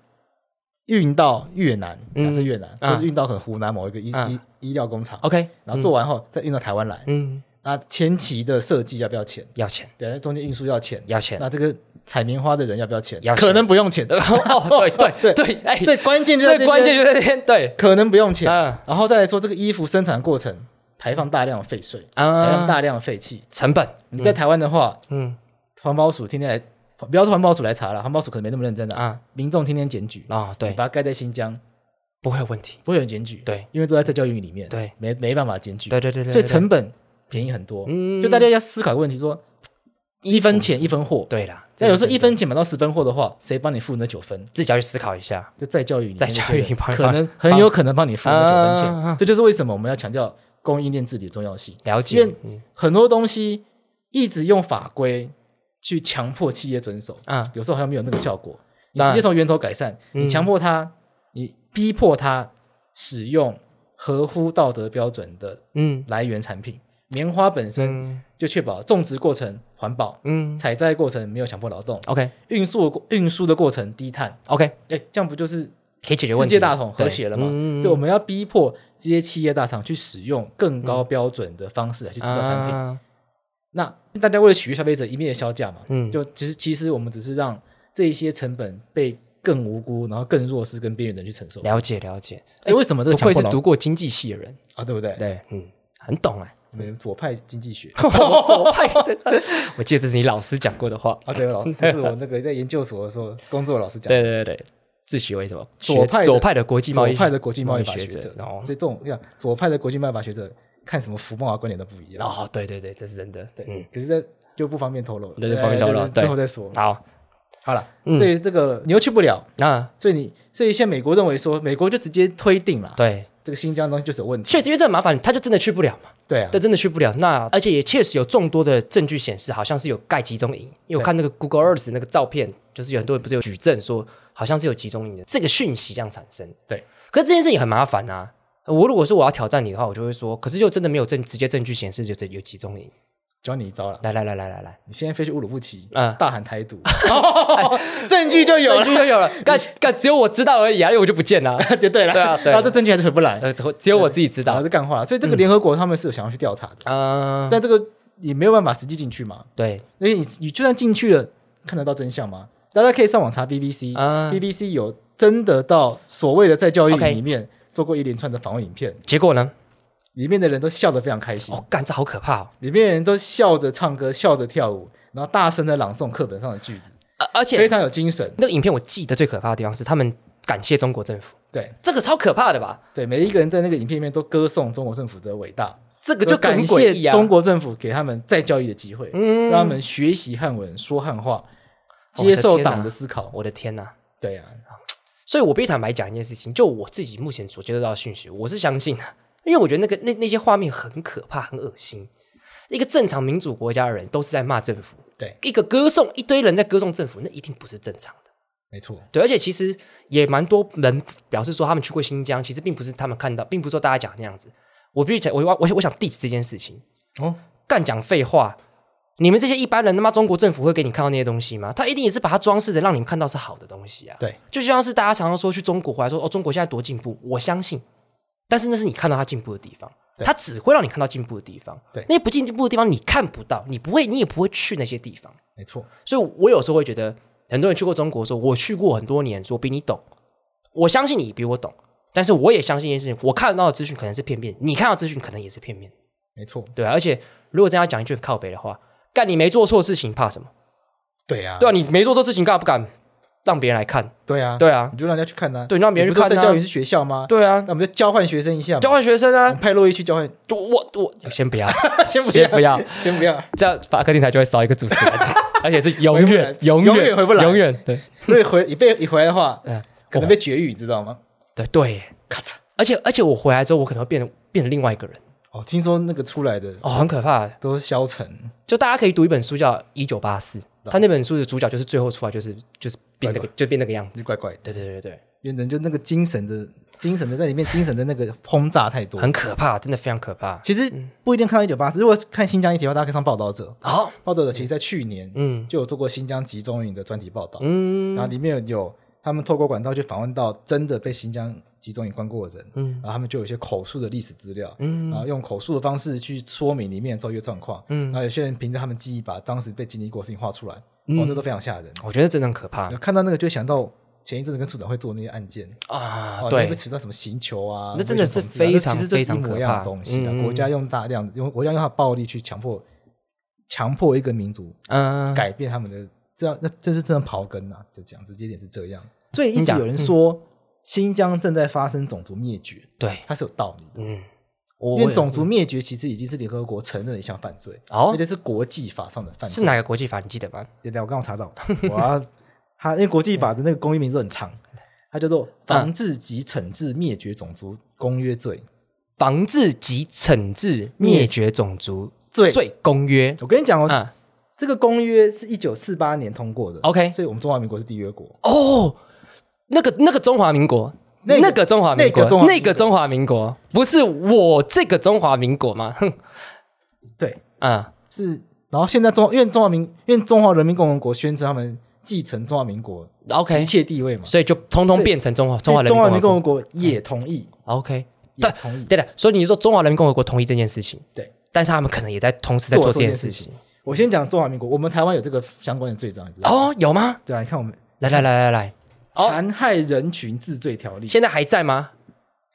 S2: 运到越南，
S1: 嗯
S2: 假设越南，
S1: 啊
S2: 或是运到可能湖南某一个医
S1: 啊
S2: 医医疗工厂，
S1: ，OK，
S2: 然后做完后再运到台湾来。
S1: 嗯，
S2: 那前期的设计要不要钱？
S1: 要钱
S2: 对，那中间运输要钱。
S1: 要钱，
S2: 那这个采棉花的人要不要钱？
S1: 要钱
S2: 可能不用钱，
S1: 哦，对对对，哎，
S2: 最关键就在这
S1: 最
S2: 边
S1: 关键就在这边，对
S2: 可能不用钱。
S1: 嗯
S2: 然后再来说这个衣服生产过程排放大量的废水，排放
S1: 啊，
S2: 大量的废气。
S1: 成本，
S2: 你在台湾的话，
S1: 嗯
S2: 环保署天天来，不要说环保署来查了，环保署可能没那么认真的啊。
S1: 啊
S2: 民众天天检举，
S1: 啊，
S2: 你
S1: 对，
S2: 把它盖在新疆，
S1: 不会有问题，
S2: 不会有人检举，
S1: 对，
S2: 因为都在这教育里面，
S1: 对，
S2: 没没办法检举，
S1: 对对对对，
S2: 所以
S1: 对
S2: 成本便宜很多。
S1: 嗯
S2: 就大家要思考一个问题，说一分钱一分货，
S1: 对啦，
S2: 那有时候一
S1: 分
S2: 分钱买到十分货的话，谁帮你付那九分？
S1: 自己要去思考一下，
S2: 就再教育你，
S1: 再教育你帮
S2: 可能很有可能帮你付那九分钱。
S1: 啊
S2: 这就是为什么我们要强调供应链治理的重要性。
S1: 了
S2: 嗯因
S1: 解
S2: 为，很多东西一直用法规去强迫企业遵守，
S1: 啊，
S2: 有时候好像没有那个效果。你
S1: 当
S2: 直
S1: 然
S2: 接从源头改善，
S1: 嗯
S2: 你强迫他，你逼迫他使用合乎道德标准的
S1: 嗯
S2: 来源产品。棉花本身
S1: 嗯
S2: 就确保种植过程环保，
S1: 嗯
S2: 采摘过程没有强迫劳动，
S1: ，OK
S2: 运输的运输的过程低碳。
S1: OK，
S2: 哎，这样不就是
S1: 可以解决
S2: 世
S1: 问题，
S2: 界大同和
S1: 对
S2: 谐了嘛？
S1: 嗯
S2: 所以我们要逼迫这些企业大厂去使用更高标准的方式来去制造产品。
S1: 啊
S2: 那大家为了取悦消费者，一面削价嘛，
S1: 嗯
S2: 就其实其实我们只是让这一些成本被更无辜，然后更弱势、跟边缘人去承受。
S1: 了解了解，
S2: 所以为什哎么这个
S1: 不
S2: 强
S1: 愧
S2: 迫
S1: 是
S2: 劳
S1: 读过经济系的人，
S2: 啊，对不对？
S1: 对，嗯，很懂 哎，
S2: 你们左派经济学
S1: 我左派这个， 我记得这是你老师讲过的话，
S2: 啊，对了， 这是我那个在研究所的时候工作的老师讲的。
S1: 对对对对，自诩为什么
S2: 左派的
S1: 学左派的国际贸易
S2: 左派的国际贸易法
S1: 学
S2: 学者，
S1: 哦
S2: 所以这种你看左派的国际贸易法学者看什么福茂啊观点都不一样。
S1: 哦，对对对，这是真的，
S2: 对，
S1: 嗯，
S2: 可是这就不方便透露了，
S1: 对不方便透露
S2: 哎就
S1: 对
S2: 之后再说。
S1: 好，
S2: 好了，
S1: 嗯
S2: 所以这个你又去不了，
S1: 那
S2: 所以你所以现在美国认为说，美国就直接推定了，
S1: 对，
S2: 这个新疆的东西就是有问题，
S1: 确实因为这很麻烦，他就真的去不了嘛。
S2: 对啊
S1: 这，真的去不了。那而且也确实有众多的证据显示，好像是有盖集中营。因为我看那个 Google Earth 那个照片，就是有很多人不是有举证说，好像是有集中营的这个讯息这样产生。
S2: 对，
S1: 可是这件事情很麻烦啊。我如果说我要挑战你的话，我就会说，可是就真的没有证直接证据显示有这有集中营。
S2: 教你一招了，
S1: 来来来来来来，
S2: 你现在飞去乌鲁木齐
S1: 啊，哎
S2: 大喊 台独，证据就有
S1: 证
S2: 了，
S1: 据就有了，但但只有我知道而已啊，因为我就不见了啊。
S2: 就对了，
S1: 对啊对嗯
S2: 然后这证据还是回不来，
S1: 呃，只只有我自己知
S2: 然
S1: 道
S2: 后。是干话了，所以这个联合国他们是有想要去调查的，
S1: 啊、
S2: 但这个也没有办法实际进去嘛，
S1: 对，
S2: 而且你你就算进去了，看得到真相吗？大家可以上网查 BBC，BBC、
S1: 啊
S2: BBC 有真的到所谓的在教育
S1: OK
S2: 里面做过一连串的访问影片，
S1: 结果呢？
S2: 里面的人都笑得非常开心，
S1: 哦，干，这好可怕哦！
S2: 里面的人都笑着唱歌，笑着跳舞，然后大声的朗诵课本上的句子，
S1: 呃而且
S2: 非常有精神。
S1: 那个影片我记得最可怕的地方是，他们感谢中国政府，
S2: 对
S1: 这个超可怕的吧？
S2: 对，每一个人在那个影片里面都歌颂中国政府的伟大，
S1: 这个就更
S2: 感
S1: 诡
S2: 谢
S1: 异啊！
S2: 中国政府给他们再教育的机会，
S1: 嗯哦
S2: 让他们学习汉文、说汉话，
S1: 我的
S2: 接受
S1: 天哪
S2: 党的思考。
S1: 我的天呐、
S2: 对啊，
S1: 所以我必须坦白讲一件事情，就我自己目前所接收到的讯息，我是相信的，因为我觉得那个那那些画面很可怕，很恶心。一个正常民主国家的人都是在骂政府，
S2: 对，
S1: 一个歌颂一堆人在歌颂政府，那一定不是正常的。
S2: 没错，
S1: 对，而且其实也蛮多人表示说，他们去过新疆，其实并不是他们看到，并不是说大家讲的那样子。我必须讲，我我我我想 diss 这件事情，
S2: 哦，
S1: 干讲废话！你们这些一般人，他妈中国政府会给你看到那些东西吗？他一定也是把它装饰着，让你们看到是好的东西啊。
S2: 对，
S1: 就像是大家常常说去中国回来说，哦，中国现在多进步，我相信，但是那是你看到它进步的地方，
S2: 对
S1: 它只会让你看到进步的地方。
S2: 对
S1: 那些不进步的地方你看不到，你不会，你也不会去那些地方。
S2: 没错，
S1: 所以我有时候会觉得，很多人去过中国说，我去过很多年，说比你懂，我相信你比我懂，但是我也相信一件事情，我看到的资讯可能是片面，你看到的资讯可能也是片面。
S2: 没错，
S1: 对啊、而且如果真要讲一句很靠北的话，干你没做错事情，怕什么？
S2: 对啊，
S1: 对啊，你没做错事情，干嘛不敢让别人来看？
S2: 对啊，
S1: 对啊
S2: 你，就让人家去看呐、
S1: 对让别人
S2: 你不是说
S1: 看啊
S2: 在教育是学校吗？、
S1: 对啊
S2: 那，我们就交换学生一下嘛，
S1: 交换学生
S2: 我
S1: 啊
S2: 们，派洛伊去交换，
S1: 就我我先不 要，
S2: 先不要
S1: 先不要，
S2: 先不要，
S1: 这样法克电台就会少一个主持 人，而且是永
S2: 回不
S1: 远
S2: 来
S1: 永
S2: 永
S1: 远
S2: 远回不来
S1: 永远对，
S2: 因为回一被一回来的话，
S1: 嗯，
S2: 可能被绝育，你知道吗？
S1: 对对耶，
S2: 咔嚓！
S1: 而且而且我回来之后，我可能会变成变成另外一个人，
S2: 哦，听说那个出来的
S1: 哦，很可怕耶。
S2: 都是消沉，
S1: 就大家可以读一本书叫《一九八四》，他那本书的主角就是最后出来就是就是变那个就变那个样子，
S2: 是怪怪的，
S1: 对对对对
S2: 因为人就那个精神的精神的在里面，精神的那个轰炸太
S1: 对，
S2: 多
S1: 很。可怕，真的非常可怕。
S2: 其实不一定看到一九八四，如果看新疆议题的话，大家可以上报道者。
S1: 好，
S2: 报道者其实在去年
S1: 嗯
S2: 就有做过新疆集中营的专题报道，
S1: 嗯
S2: 然后里面有他们透过管道去访问到真的被新疆集中营关过的人，
S1: 嗯
S2: 然后他们就有一些口述的历史资料，
S1: 嗯
S2: 然后用口述的方式去说明里面的遭遇状况，
S1: 嗯
S2: 然后有些人凭着他们记忆把当时被经历过的事情画出来，
S1: 嗯
S2: 哦，那都非常吓人。
S1: 我觉得真的很可怕
S2: 看到那个就想到前一阵子跟处长会做的那些案件，
S1: 啊
S2: 哦，！
S1: 对
S2: 被，扯到什么刑求啊，
S1: 那真的是非常
S2: 那其实这是
S1: 非常
S2: 一模
S1: 可
S2: 一样
S1: 怕
S2: 的东西啊。
S1: 嗯
S2: 国家用大量用国家用它的暴力去强迫强迫一个民族
S1: 嗯，
S2: 改变他们的，这样那这是真的刨根啊！就讲直接点是这样，所以一
S1: 你
S2: 直
S1: 讲嗯
S2: 有人说新疆正在发生种族灭绝，
S1: 对，
S2: 它是有道理的。
S1: 嗯，
S2: 因为
S1: 我
S2: 种族灭绝其实已经是联合国承认的一项犯罪，
S1: 哦
S2: 而且是国际法上的犯罪。
S1: 是哪个国际法？你记得吗？
S2: 对对，我刚刚查到，我要它因为国际法的那个公约名字很长，它叫做
S1: 嗯
S2: 《防治及惩治灭绝种族公约罪》。
S1: 防治及惩治灭绝种族
S2: 罪
S1: 罪公约
S2: 我跟你讲哦，
S1: 啊，
S2: 这个公约是一九四八年通过的
S1: OK
S2: 所以我们中华民国是缔约国。
S1: 哦，那个那个中华民国。
S2: 那个
S1: 那个中华民
S2: 那个中华
S1: 国，
S2: 民国
S1: 那个中华民国，不是我这个中华民国吗？ 哼，
S2: 对，
S1: 啊，
S2: 是。然后现在中因为中华民因为中华人民共和国宣称他们继承中华民国
S1: OK，
S2: 一切地位嘛，
S1: 所以就通通变成中华中华人
S2: 所以中
S1: 民共和
S2: 华人民共和
S1: 国。
S2: 国也同意，
S1: OK，
S2: 也
S1: 对
S2: 同意。
S1: 对的，所以你说中华人民共和国同意这件事情，
S2: 对，
S1: 但是他们可能也在同时在做这件事情。
S2: 我先讲中华民国，我们台湾有这个相关的罪章，你知道吗？
S1: 哦，有吗？
S2: 对啊，你看我们
S1: 来来来来来，哦，
S2: 残害人群治罪条例，
S1: 现在还在吗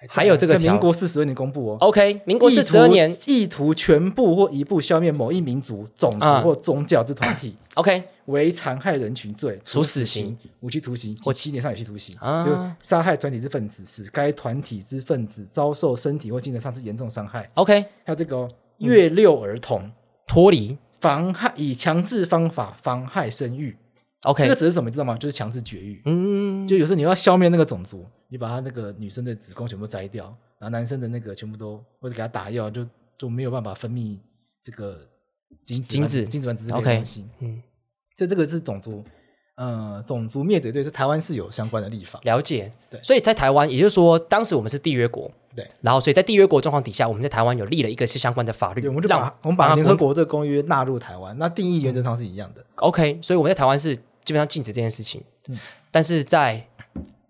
S2: 在
S1: 还有这个
S2: 在
S1: 条
S2: 民国四十二年公布哦。
S1: ？OK，民国四十二年
S2: 意图意图全部或一部消灭某一民族、种族
S1: 啊
S2: 或宗教之团体，
S1: ，OK，
S2: 为残害人群罪，
S1: 处死
S2: 刑、无期徒刑或七年上有期徒刑
S1: 啊
S2: 就杀害团体之分子，使该团体之分子遭受身体或精神上之严重伤害。
S1: OK，
S2: 还有这个、哦、
S1: 嗯
S2: 越六儿童
S1: 脱离
S2: 妨害以强制方法妨害生育，这个
S1: OK，
S2: 只是什么？你知道吗？就是强制绝育。
S1: 嗯，
S2: 就有时候你要消灭那个种族，你把他那个女生的子宫全部摘掉，然后男生的那个全部都或者给他打药，就就没有办法分泌这个精子
S1: 精
S2: 精
S1: 子
S2: 精子卵子之类的
S1: OK，
S2: 东西。
S1: 嗯，
S2: 这这个是种族，呃，种族灭绝罪是台湾是有相关的立法。
S1: 了解。
S2: 对
S1: 所以在台湾，也就是说，当时我们是缔约国，
S2: 对，
S1: 然后所以在缔约国状况底下，我们在台湾有立了一个是相关的法律，
S2: 对，我们就
S1: 让
S2: 把我们把
S1: 它
S2: 联合
S1: 国
S2: 国这个公约纳入台湾，那定义原则上是一样的。
S1: OK，所以我们在台湾是基本上禁止这件事情，
S2: 嗯
S1: 但是在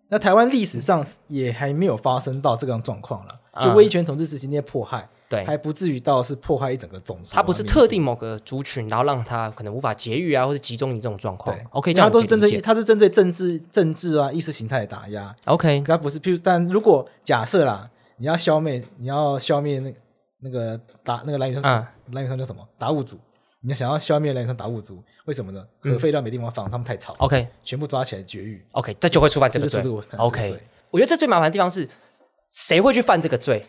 S2: 那台湾历史上也还没有发生到这样状况了，
S1: 啊
S2: 就威权统治时期那些迫害，
S1: 对
S2: 还不至于到是迫害一整个种族啊。
S1: 它不是
S2: 民族
S1: 特定某个族群，然后让它可能无法节育啊，或者集中营这种状况
S2: 对。
S1: 哦 OK，这
S2: 它
S1: 样
S2: 都
S1: 我可
S2: 是
S1: 以
S2: 针
S1: 理
S2: 对
S1: 解。
S2: 它是针对政治、政治啊、意识形态的打压，
S1: OK，
S2: 它不是。譬如，但如果假设啦，你要消灭，你要消灭那那个达那个蓝雨山，
S1: 嗯
S2: 蓝雨山叫什么？达悟族。你要想要消灭蓝雨山达悟族，为什么呢？
S1: 嗯
S2: 核废料没地方放，他们太吵，
S1: OK，
S2: 全部抓起来绝育。
S1: OK，这就会触犯这个罪。
S2: 这就是这个犯这个
S1: OK，
S2: 罪
S1: 我觉得这最麻烦的地方是，谁会去犯这个罪？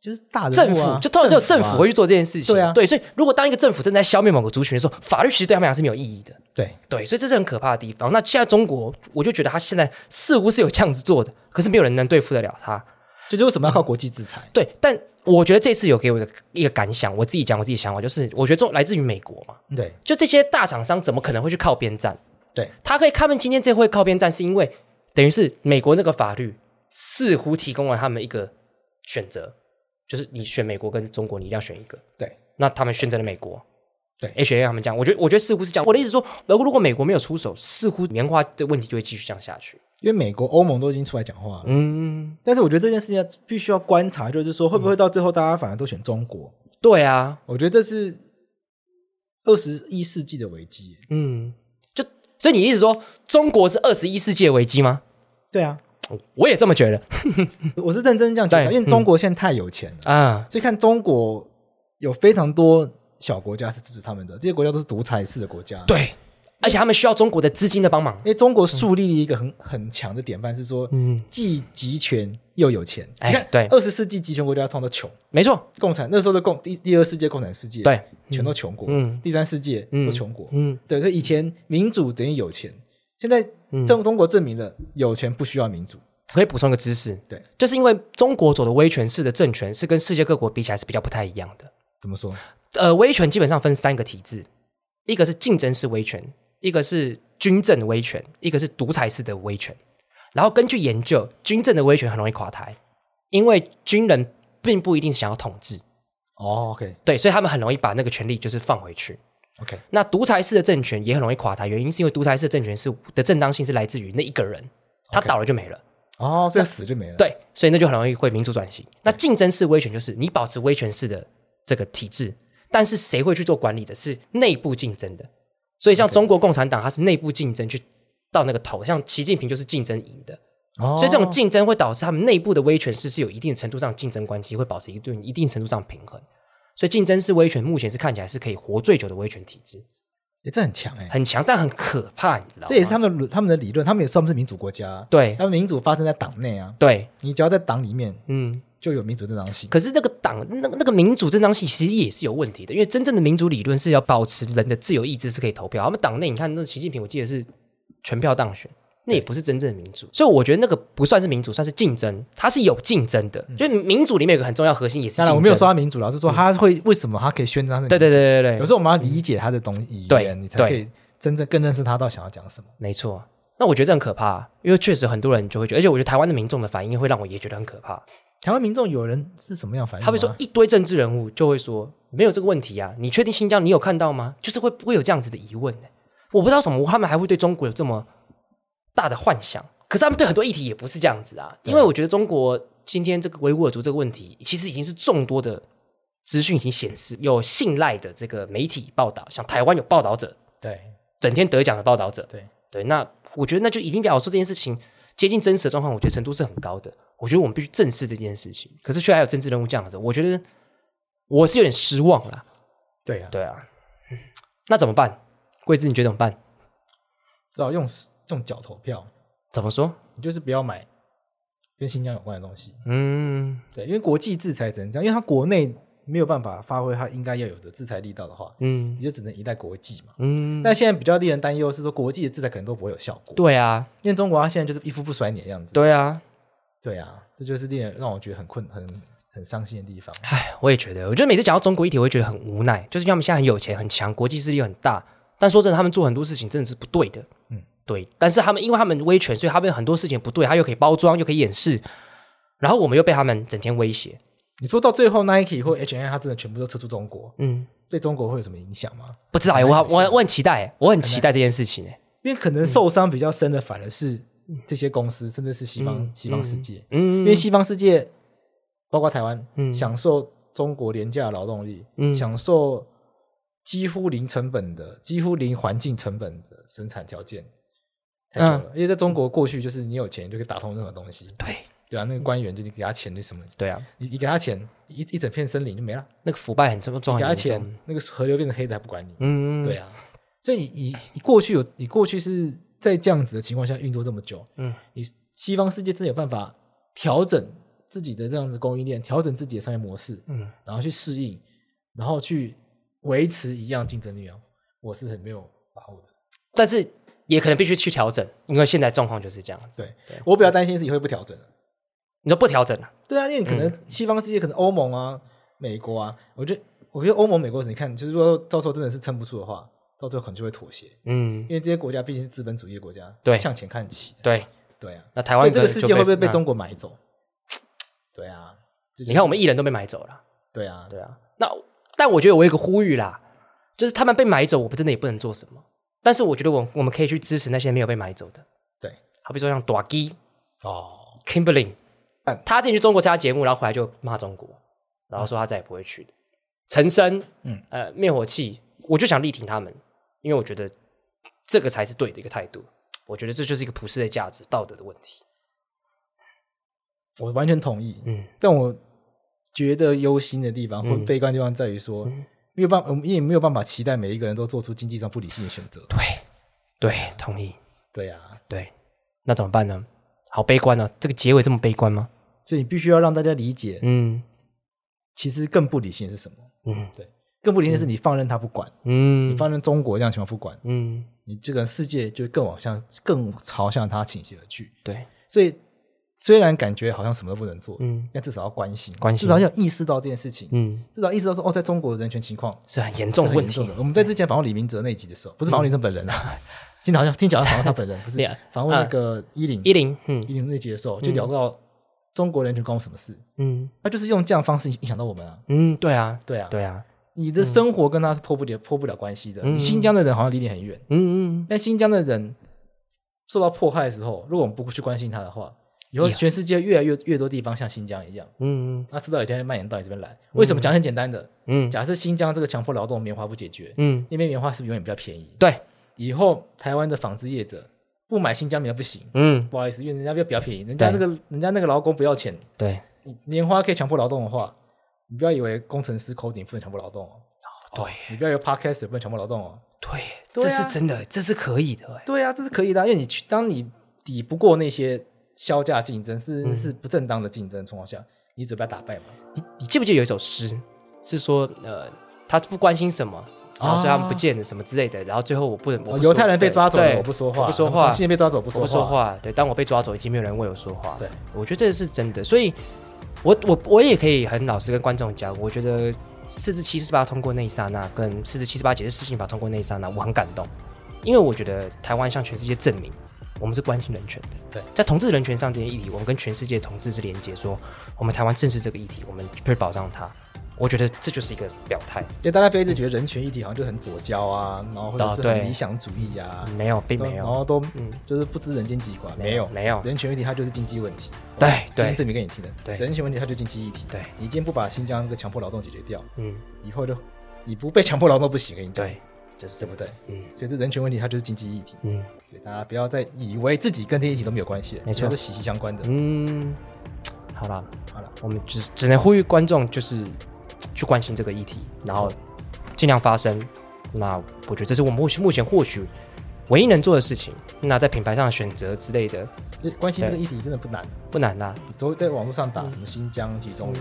S2: 就是大人
S1: 政
S2: 物
S1: 府
S2: 啊
S1: 就通常只有政
S2: 啊
S1: 府会去做这件事情。
S2: 对啊
S1: 所以如果当一个政府正在消灭某个族群的时候，法律其实对他们来讲是没有意义的。
S2: 对，
S1: 对，所以这是很可怕的地方。那现在中国，我就觉得他现在似乎是有这样子做的，可是没有人能对付得了他。
S2: 这就是为什么要靠国际制裁？
S1: 对，但我觉得这次有给我一个一个感想，我自己讲我自己想法，就是我觉得这种来自于美国嘛，
S2: 对
S1: 就这些大厂商怎么可能会去靠边站？
S2: 对，
S1: 他可以他们今天这会靠边站，是因为等于是美国那个法律似乎提供了他们一个选择，就是你选美国跟中国，你一定要选一个。
S2: 对，
S1: 那他们选择了美国。
S2: 对
S1: ，H A 他们这样，我觉得我觉得似乎是这样。我的意思是说，如果如果美国没有出手，似乎棉花的问题就会继续这样下去。
S2: 因为美国、欧盟都已经出来讲话了。
S1: 嗯，
S2: 但是我觉得这件事情要必须要观察，就是说会不会到最后大家反而都选中国？
S1: 对啊，
S2: 我觉得这是二十一世纪的危机。
S1: 嗯，就所以你意思说中国是二十一世纪的危机吗？
S2: 对啊，
S1: 我也这么觉得
S2: 我是认真这样觉得，
S1: 嗯对嗯
S2: 因为中国现在太有钱了，
S1: 啊。
S2: 所以看中国有非常多小国家是支持他们的，这些国家都是独裁式的国家。，
S1: 对，而且他们需要中国的资金的帮忙。
S2: 因为中国树立了一个很很强的典范，是说，
S1: 嗯，
S2: 既集权又有钱。
S1: 哎
S2: 你看，
S1: 对
S2: 二十世纪集权国家通常都穷，
S1: 没错，
S2: 共产那时候的共第第二世界共产世界，
S1: 对，
S2: 全都穷国，
S1: 嗯
S2: 第三世界
S1: 嗯
S2: 都穷国，
S1: 嗯，
S2: 对，所以以前民主等于有钱，现在
S1: 嗯
S2: 中中国证明了有钱不需要民主，
S1: 可以补充一个知识，
S2: 对，
S1: 就是因为中国走的威权式的政权是跟世界各国比起来是比较不太一样的。
S2: 怎么说？
S1: 呃，威权基本上分三个体制，一个是竞争式威权，一个是军政的威权，一个是独裁式的威权。然后根据研究，军政的威权很容易垮台，因为军人并不一定想要统治，
S2: 哦，OK
S1: 对，所以他们很容易把那个权力就是放回去。
S2: OK，
S1: 那独裁式的政权也很容易垮台，原因是因为独裁式的政权是的正当性是来自于那一个人，他
S2: OK
S1: 倒了就没了。
S2: 哦，所以死就没了，，
S1: 对，所以那就很容易会民主转型。那竞争式威权就是你保持威权式的这个体制，但是谁会去做管理的，是内部竞争的。所以像中国共产党，它是内部竞争去到那个头，像习近平就是竞争赢的，
S4: 哦
S1: 所以这种竞争会导致他们内部的威权是是有一定程度上的竞争关系，会保持一定一定程度上的平衡。所以竞争式威权目前是看起来是可以活最久的威权体制，
S2: 诶这很强哎、
S1: 很强但很可怕，你知道吗？
S2: 这也是他们的他们的理论，他们也算不是民主国家啊，
S1: 对
S2: 他们民主发生在党内啊，
S1: 对，
S2: 你只要在党里面
S1: 嗯。
S2: 就有民主正当性。
S1: 可是那个党那那个民主正当性其实也是有问题的，因为真正的民主理论是要保持人的自由意志是可以投票。他们党内你看那习近平，我记得是全票当选，那也不是真正的民主。所以我觉得那个不算是民主，算是竞争，它是有竞争的。就是民主里面有个很重要核心也是竞
S2: 当
S1: 争。
S2: 然，我没有说他民主，老是说他会为什么他可以宣称他是民主
S1: 对对对对
S2: 有
S1: 对，
S2: 时候我们要理解他的东语
S1: 对
S2: 言，你才可以真正更认识他到底想要讲什么。
S1: 没错。那我觉得这很可怕、因为确实很多人就会觉得，而且我觉得台湾的民众的反应会让我也觉得很可怕。
S2: 台湾民众有人是什么样的反应吗？
S1: 他会说一堆政治人物就会说没有这个问题啊，你确定新疆你有看到吗？就是会会有这样子的疑问、呢。我不知道什么他们还会对中国有这么大的幻想，可是他们对很多议题也不是这样子啊，因为我觉得中国今天这个维吾尔族这个问题，其实已经是众多的资讯已经显示有信赖的这个媒体报道，像台湾有报道者，
S4: 对
S1: 整天得奖的报道者，
S4: 对
S1: 对，那我觉得那就已经表示这件事情接近真实的状况，我觉得程度是很高的。我觉得我们必须正视这件事情，可是却还有政治人物这样子，我觉得我是有点失望啦。
S2: 对啊，
S1: 对啊，那怎么办？桂枝，你觉得怎么办？
S2: 只好用用脚投票，
S1: 怎么说？
S2: 你就是不要买跟新疆有关的东西。
S1: 嗯，
S2: 对，因为国际制裁只能这样，因为他国内没有办法发挥他应该要有的制裁力道的话，
S1: 嗯
S2: 你就只能依赖国际嘛。
S1: 嗯，
S2: 但现在比较令人担忧的是说，国际的制裁可能都不会有效果，
S1: 对啊，
S2: 因为中国它现在就是一副不甩你的样子。
S1: 对啊，
S2: 对啊，这就是令人让我觉得很困、很很伤心的地方。
S1: 唉，我也觉得，我觉得每次讲到中国议题，我会觉得很无奈，就是因为他们现在很有钱、很强，国际势力很大，但说真的，他们做很多事情真的是不对的。嗯
S2: 嗯，
S1: 对。但是他们因为他们威权，所以他们很多事情不对，他又可以包装，又可以掩饰，然后我们又被他们整天威胁。
S2: 你说到最后，Nike 或 H&M 它真的全部都撤出中国，
S1: 嗯，
S2: 对中国会有什么影响吗？
S1: 不知道哎，
S2: 很难
S1: 我
S2: 想
S1: 我
S2: 象
S1: 我很期待，欸我很期待这件事情哎。
S2: 因为可能受伤比较深的反而是这些公司，甚至是西方、
S1: 嗯
S2: 西方世界，
S1: 嗯
S2: 因为西方世界包括台湾，
S1: 嗯
S2: 享受中国廉价的劳动力，
S1: 嗯
S2: 享受几乎零成本的、几乎零环境成本的生产条件。太久
S1: 嗯
S2: 了，因为在中国过去就是你有钱就可以打通任何东西，
S1: 对
S2: 对啊，那个官员就你给他钱就什么，
S1: 对啊，
S2: 你你给他钱一一整片森林就没了，
S1: 那个腐败很重重
S2: 你给
S1: 很
S2: 他
S1: 严重。
S2: 钱那个河流变成黑的还不管你，
S1: 嗯，
S2: 对啊，所以你你你过去有你过去是在这样子的情况下运作这么久，
S1: 嗯，
S2: 你西方世界真的有办法调整自己的这样子供应链，调整自己的商业模式，
S1: 嗯，
S2: 然后去适应，然后去维持一样竞争力哦，我是很没有把握的。
S1: 但是也可能必须去调整，因为现在状况就是这样子。
S2: 对我比较担心是以后不调整了。
S1: 你说不调整了，
S2: 对啊，因为你可
S1: 嗯
S2: 能西方世界，可能欧盟啊、美国啊，我觉得我觉得欧盟、美国，你看，就是说到时候真的是撑不住的话，到最后可能就会妥协，
S1: 嗯
S2: 因，为这些国家毕竟是资本主义的国家，
S1: 对
S2: 向前看齐的，
S1: 对。
S2: 对啊。
S1: 那台
S2: 台
S1: 湾
S2: 这个世界会不会被中
S1: 国？
S2: 国买走？对啊，就
S1: 嗯你看我们艺人都被买走了。
S2: 对啊，
S1: 对啊，那但我觉得我有一个呼吁啦，就是他们被买走，我们真的也不能做什么。但是我觉得我我们可以去支持那些没有被买走的，
S2: 对
S1: 好比说像短基
S2: 哦，
S1: Kimberly，
S2: 嗯
S1: 他之前去中国参加节目，然后回来就骂中国，然后说他再也不会去的。陈升，嗯
S2: 嗯，
S1: 呃，灭火器，我就想力挺他们，因为我觉得这个才是对的一个态度。我觉得这就是一个普世的价值、道德的问题。
S2: 我完全同意。
S1: 嗯
S2: 但我觉得忧心的地方或
S1: 嗯
S2: 悲观的地方在于说，没有办，我们也没有办法期待每一个人都做出经济上不理性的选择。
S1: 对，对，同意。
S2: 对啊，
S1: 对，那怎么办呢？好悲观呢、啊这个结尾这么悲观吗？
S2: 所以你必须要让大家理解，
S1: 嗯
S2: 其实更不理性的是什么？
S1: 嗯
S2: 对，更不理性的是你放任他不管，
S1: 嗯
S2: 你放任中国这样情况不管，
S1: 嗯，
S2: 你这个世界就更往向、更朝向他倾斜而去。
S1: 对，
S2: 所以虽然感觉好像什么都不能做，
S1: 嗯
S2: 但至少要关心，
S1: 关心
S2: 至少要意识到这件事情，
S1: 嗯，
S2: 至少意识到说，哦，在中国人权情况
S1: 是很严
S2: 这
S1: 重的问题。嗯
S2: 的。我们在之前访问李明哲那一集的时候，不是访问林哲本人啊，听起来好像听起来好像访问他本人， 不
S1: Yeah，
S2: 是访问那个伊林
S1: 一零，嗯
S2: 伊林那集的时候，就聊到中国人权关我什么事？
S1: 嗯
S2: 他就是用这样的方式影响到我们啊。
S1: 嗯，对啊，
S2: 对啊，
S1: 对啊，
S2: 你的生活跟他是脱不了脱不了关系的。
S1: 嗯
S2: 你新疆的人好像离你很远，
S1: 嗯嗯，
S2: 但新疆的人受到迫害的时候，如果我们不去关心他的话，以后
S1: Yeah
S2: 全世界越来越越多地方像新疆一样，
S1: 嗯
S2: 那迟早有一天会蔓延到你这边来。为什么？讲很简单的，
S1: 嗯嗯
S2: 假设新疆这个强迫劳动棉花不解决，
S1: 嗯，
S2: 那边棉花是不是永远比较便宜？
S1: 对，
S2: 以后台湾的纺织业者不买新疆棉不行，
S1: 嗯，
S2: 不好意思，因为人家比较便宜，人家那
S1: 对
S2: 个人家那个劳工不要钱，
S1: 对，
S2: 你棉花可以强迫劳动的话，你不要以为工程师 coding 不能强迫劳动哦，
S1: 对，
S2: 你不要以为 podcast 不能强迫劳动哦。
S1: 对，
S2: 对
S1: 这
S2: 啊
S1: 是真的，这是可以的，哎
S2: 对啊，这是可以的啊、因为你去当你抵不过那些销价竞争，
S1: 嗯
S2: 是是不正当的竞争的情况下，你只被打败嘛。
S1: 你你记不记得有一首诗是说，呃，他不关心什么，然后所以他们不见了什么之类的，然后最后我不能，我不
S2: 哦犹
S1: 说
S2: 太人被抓走了，
S1: 对
S2: 我不说话；
S1: 我不说
S2: 什么
S1: 话，
S2: 同性恋被抓走，我不
S1: 我
S2: 说
S1: 不说
S2: 话。
S1: 话。对，当我被抓走，已经没有人为我说话。
S2: 对，
S1: 我觉得这是真的，所以我我我也可以很老实跟观众讲，我觉得四至七十八通过那一刹那，跟四至七十八解释事情法通过那一刹那，我很感动，因为我觉得台湾向全世界证明。我们是关心人权的，
S2: 对，
S1: 在同志人权上这些议题，我们跟全世界同志是连接，说我们台湾正视这个议题，我们会保障它。我觉得这就是一个表态，
S2: 因为大家不要一直觉得人权议题好像就很左交啊，然后或者
S1: 哦
S2: 是
S1: 对
S2: 很理想主义啊，
S1: 没有，并没
S2: 然
S1: 有，
S2: 后都
S1: 嗯
S2: 就是不知人间疾苦啊，
S1: 没
S2: 没
S1: 有
S2: 有
S1: 没有
S2: 人权议题它就是经济问题，
S1: 对
S2: 我今
S1: 对
S2: 天证明给你听的，
S1: 对
S2: 人权问题它就是经济议题，
S1: 对
S2: 你今天不把新疆那个强迫劳动解决掉，
S1: 嗯，
S2: 以后就你不被强迫劳动不行，跟你讲，
S1: 对，这是
S2: 对
S1: 这
S2: 不
S1: 么，
S2: 对？
S1: 嗯
S2: 所以这人权问题它就是经济议题，
S1: 嗯
S2: 对，大家不要再以为自己跟这些议题都没有关系，
S1: 没错
S2: 它是息息相关的。
S1: 嗯，好了，
S2: 好了，
S1: 我们只只能呼吁观众就是去关心这个议题，然后尽量发声。那我觉得这是我们目前目前或许唯一能做的事情。那在品牌上的选择之类的
S2: 这关心这个
S1: 对
S2: 议题真的不难，
S1: 不难啊啦，
S2: 你都在网络上打什么新疆集中营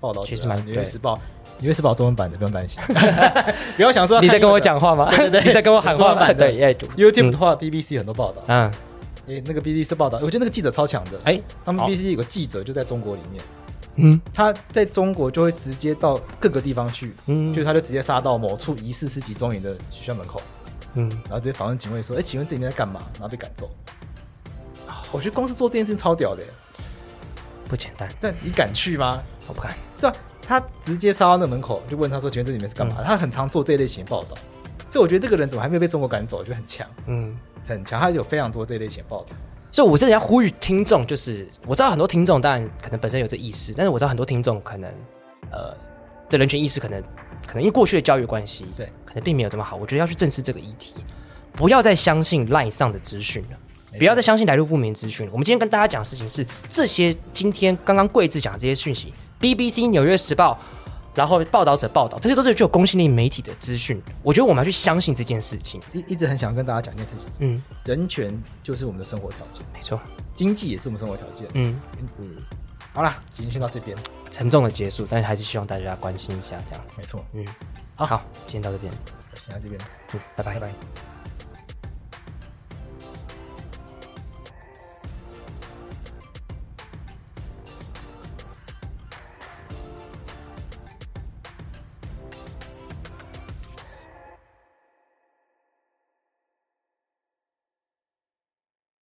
S2: 报道者啊，
S1: 其嗯实蛮
S2: 纽
S1: 对
S2: 约时报，纽约时报中文版的不用担心， 不要想说
S1: 你在
S2: 看
S1: 跟我
S2: 英文
S1: 讲话吗？ 你在跟我喊话吗？
S2: 中文版的
S1: 对，哎
S2: YouTube 的话，BBC 很多报道，
S1: 嗯，
S2: 诶，那个 BBC 报道，我觉得那个记者超强的，
S1: 哎，
S2: 他们
S1: 好
S2: BBC 有个记者就在中国里面，
S1: 嗯
S2: 他在中国就会直接到各个地方去，
S1: 嗯
S2: 就是他就直接杀到某处疑似是集中营的学校门口，
S1: 嗯，
S2: 然后直接访问警卫说：“哎、请问这里面在干嘛？”然后被赶走。哦我觉得光是做这件事情超屌的耶，
S1: 不简单，
S2: 但你敢去吗？
S1: 我不敢。
S2: 对吧、啊他直接杀到那门口，就问他说：“请问这里面是干嘛？”他很常做这类型的报道，所以我觉得这个人怎么还没有被中国赶走，就很强，
S1: 嗯，
S2: 很强。他有非常多这类型的报道。
S1: 所以我真的要呼吁听众，就是我知道很多听众，当然可能本身有这意识，但是我知道很多听众可能，呃，这人权意识可能可能因为过去的教育关系，
S2: 对，
S1: 可能并没有这么好。我觉得要去正视这个议题，不要再相信赖上的资讯了。不要再相信来路不明的资讯了。我们今天跟大家讲的事情是，这些今天刚刚贵志讲的这些讯息，BBC、纽约时报，然后报道者报道，这些都是具有公信力媒体的资讯。我觉得我们要去相信这件事情。
S2: 一一直很想跟大家讲一件事情，
S1: 嗯，
S2: 人权就是我们的生活条件，
S1: 没错。
S2: 经济也是我们生活条件。
S1: 嗯，
S2: 好啦，今天先到这边，
S1: 沉重的结束，但是还是希望大家关心一下这样子。
S2: 没错，
S1: 嗯，好，今天到这边，
S2: 先到这边。
S1: 嗯，拜拜。拜拜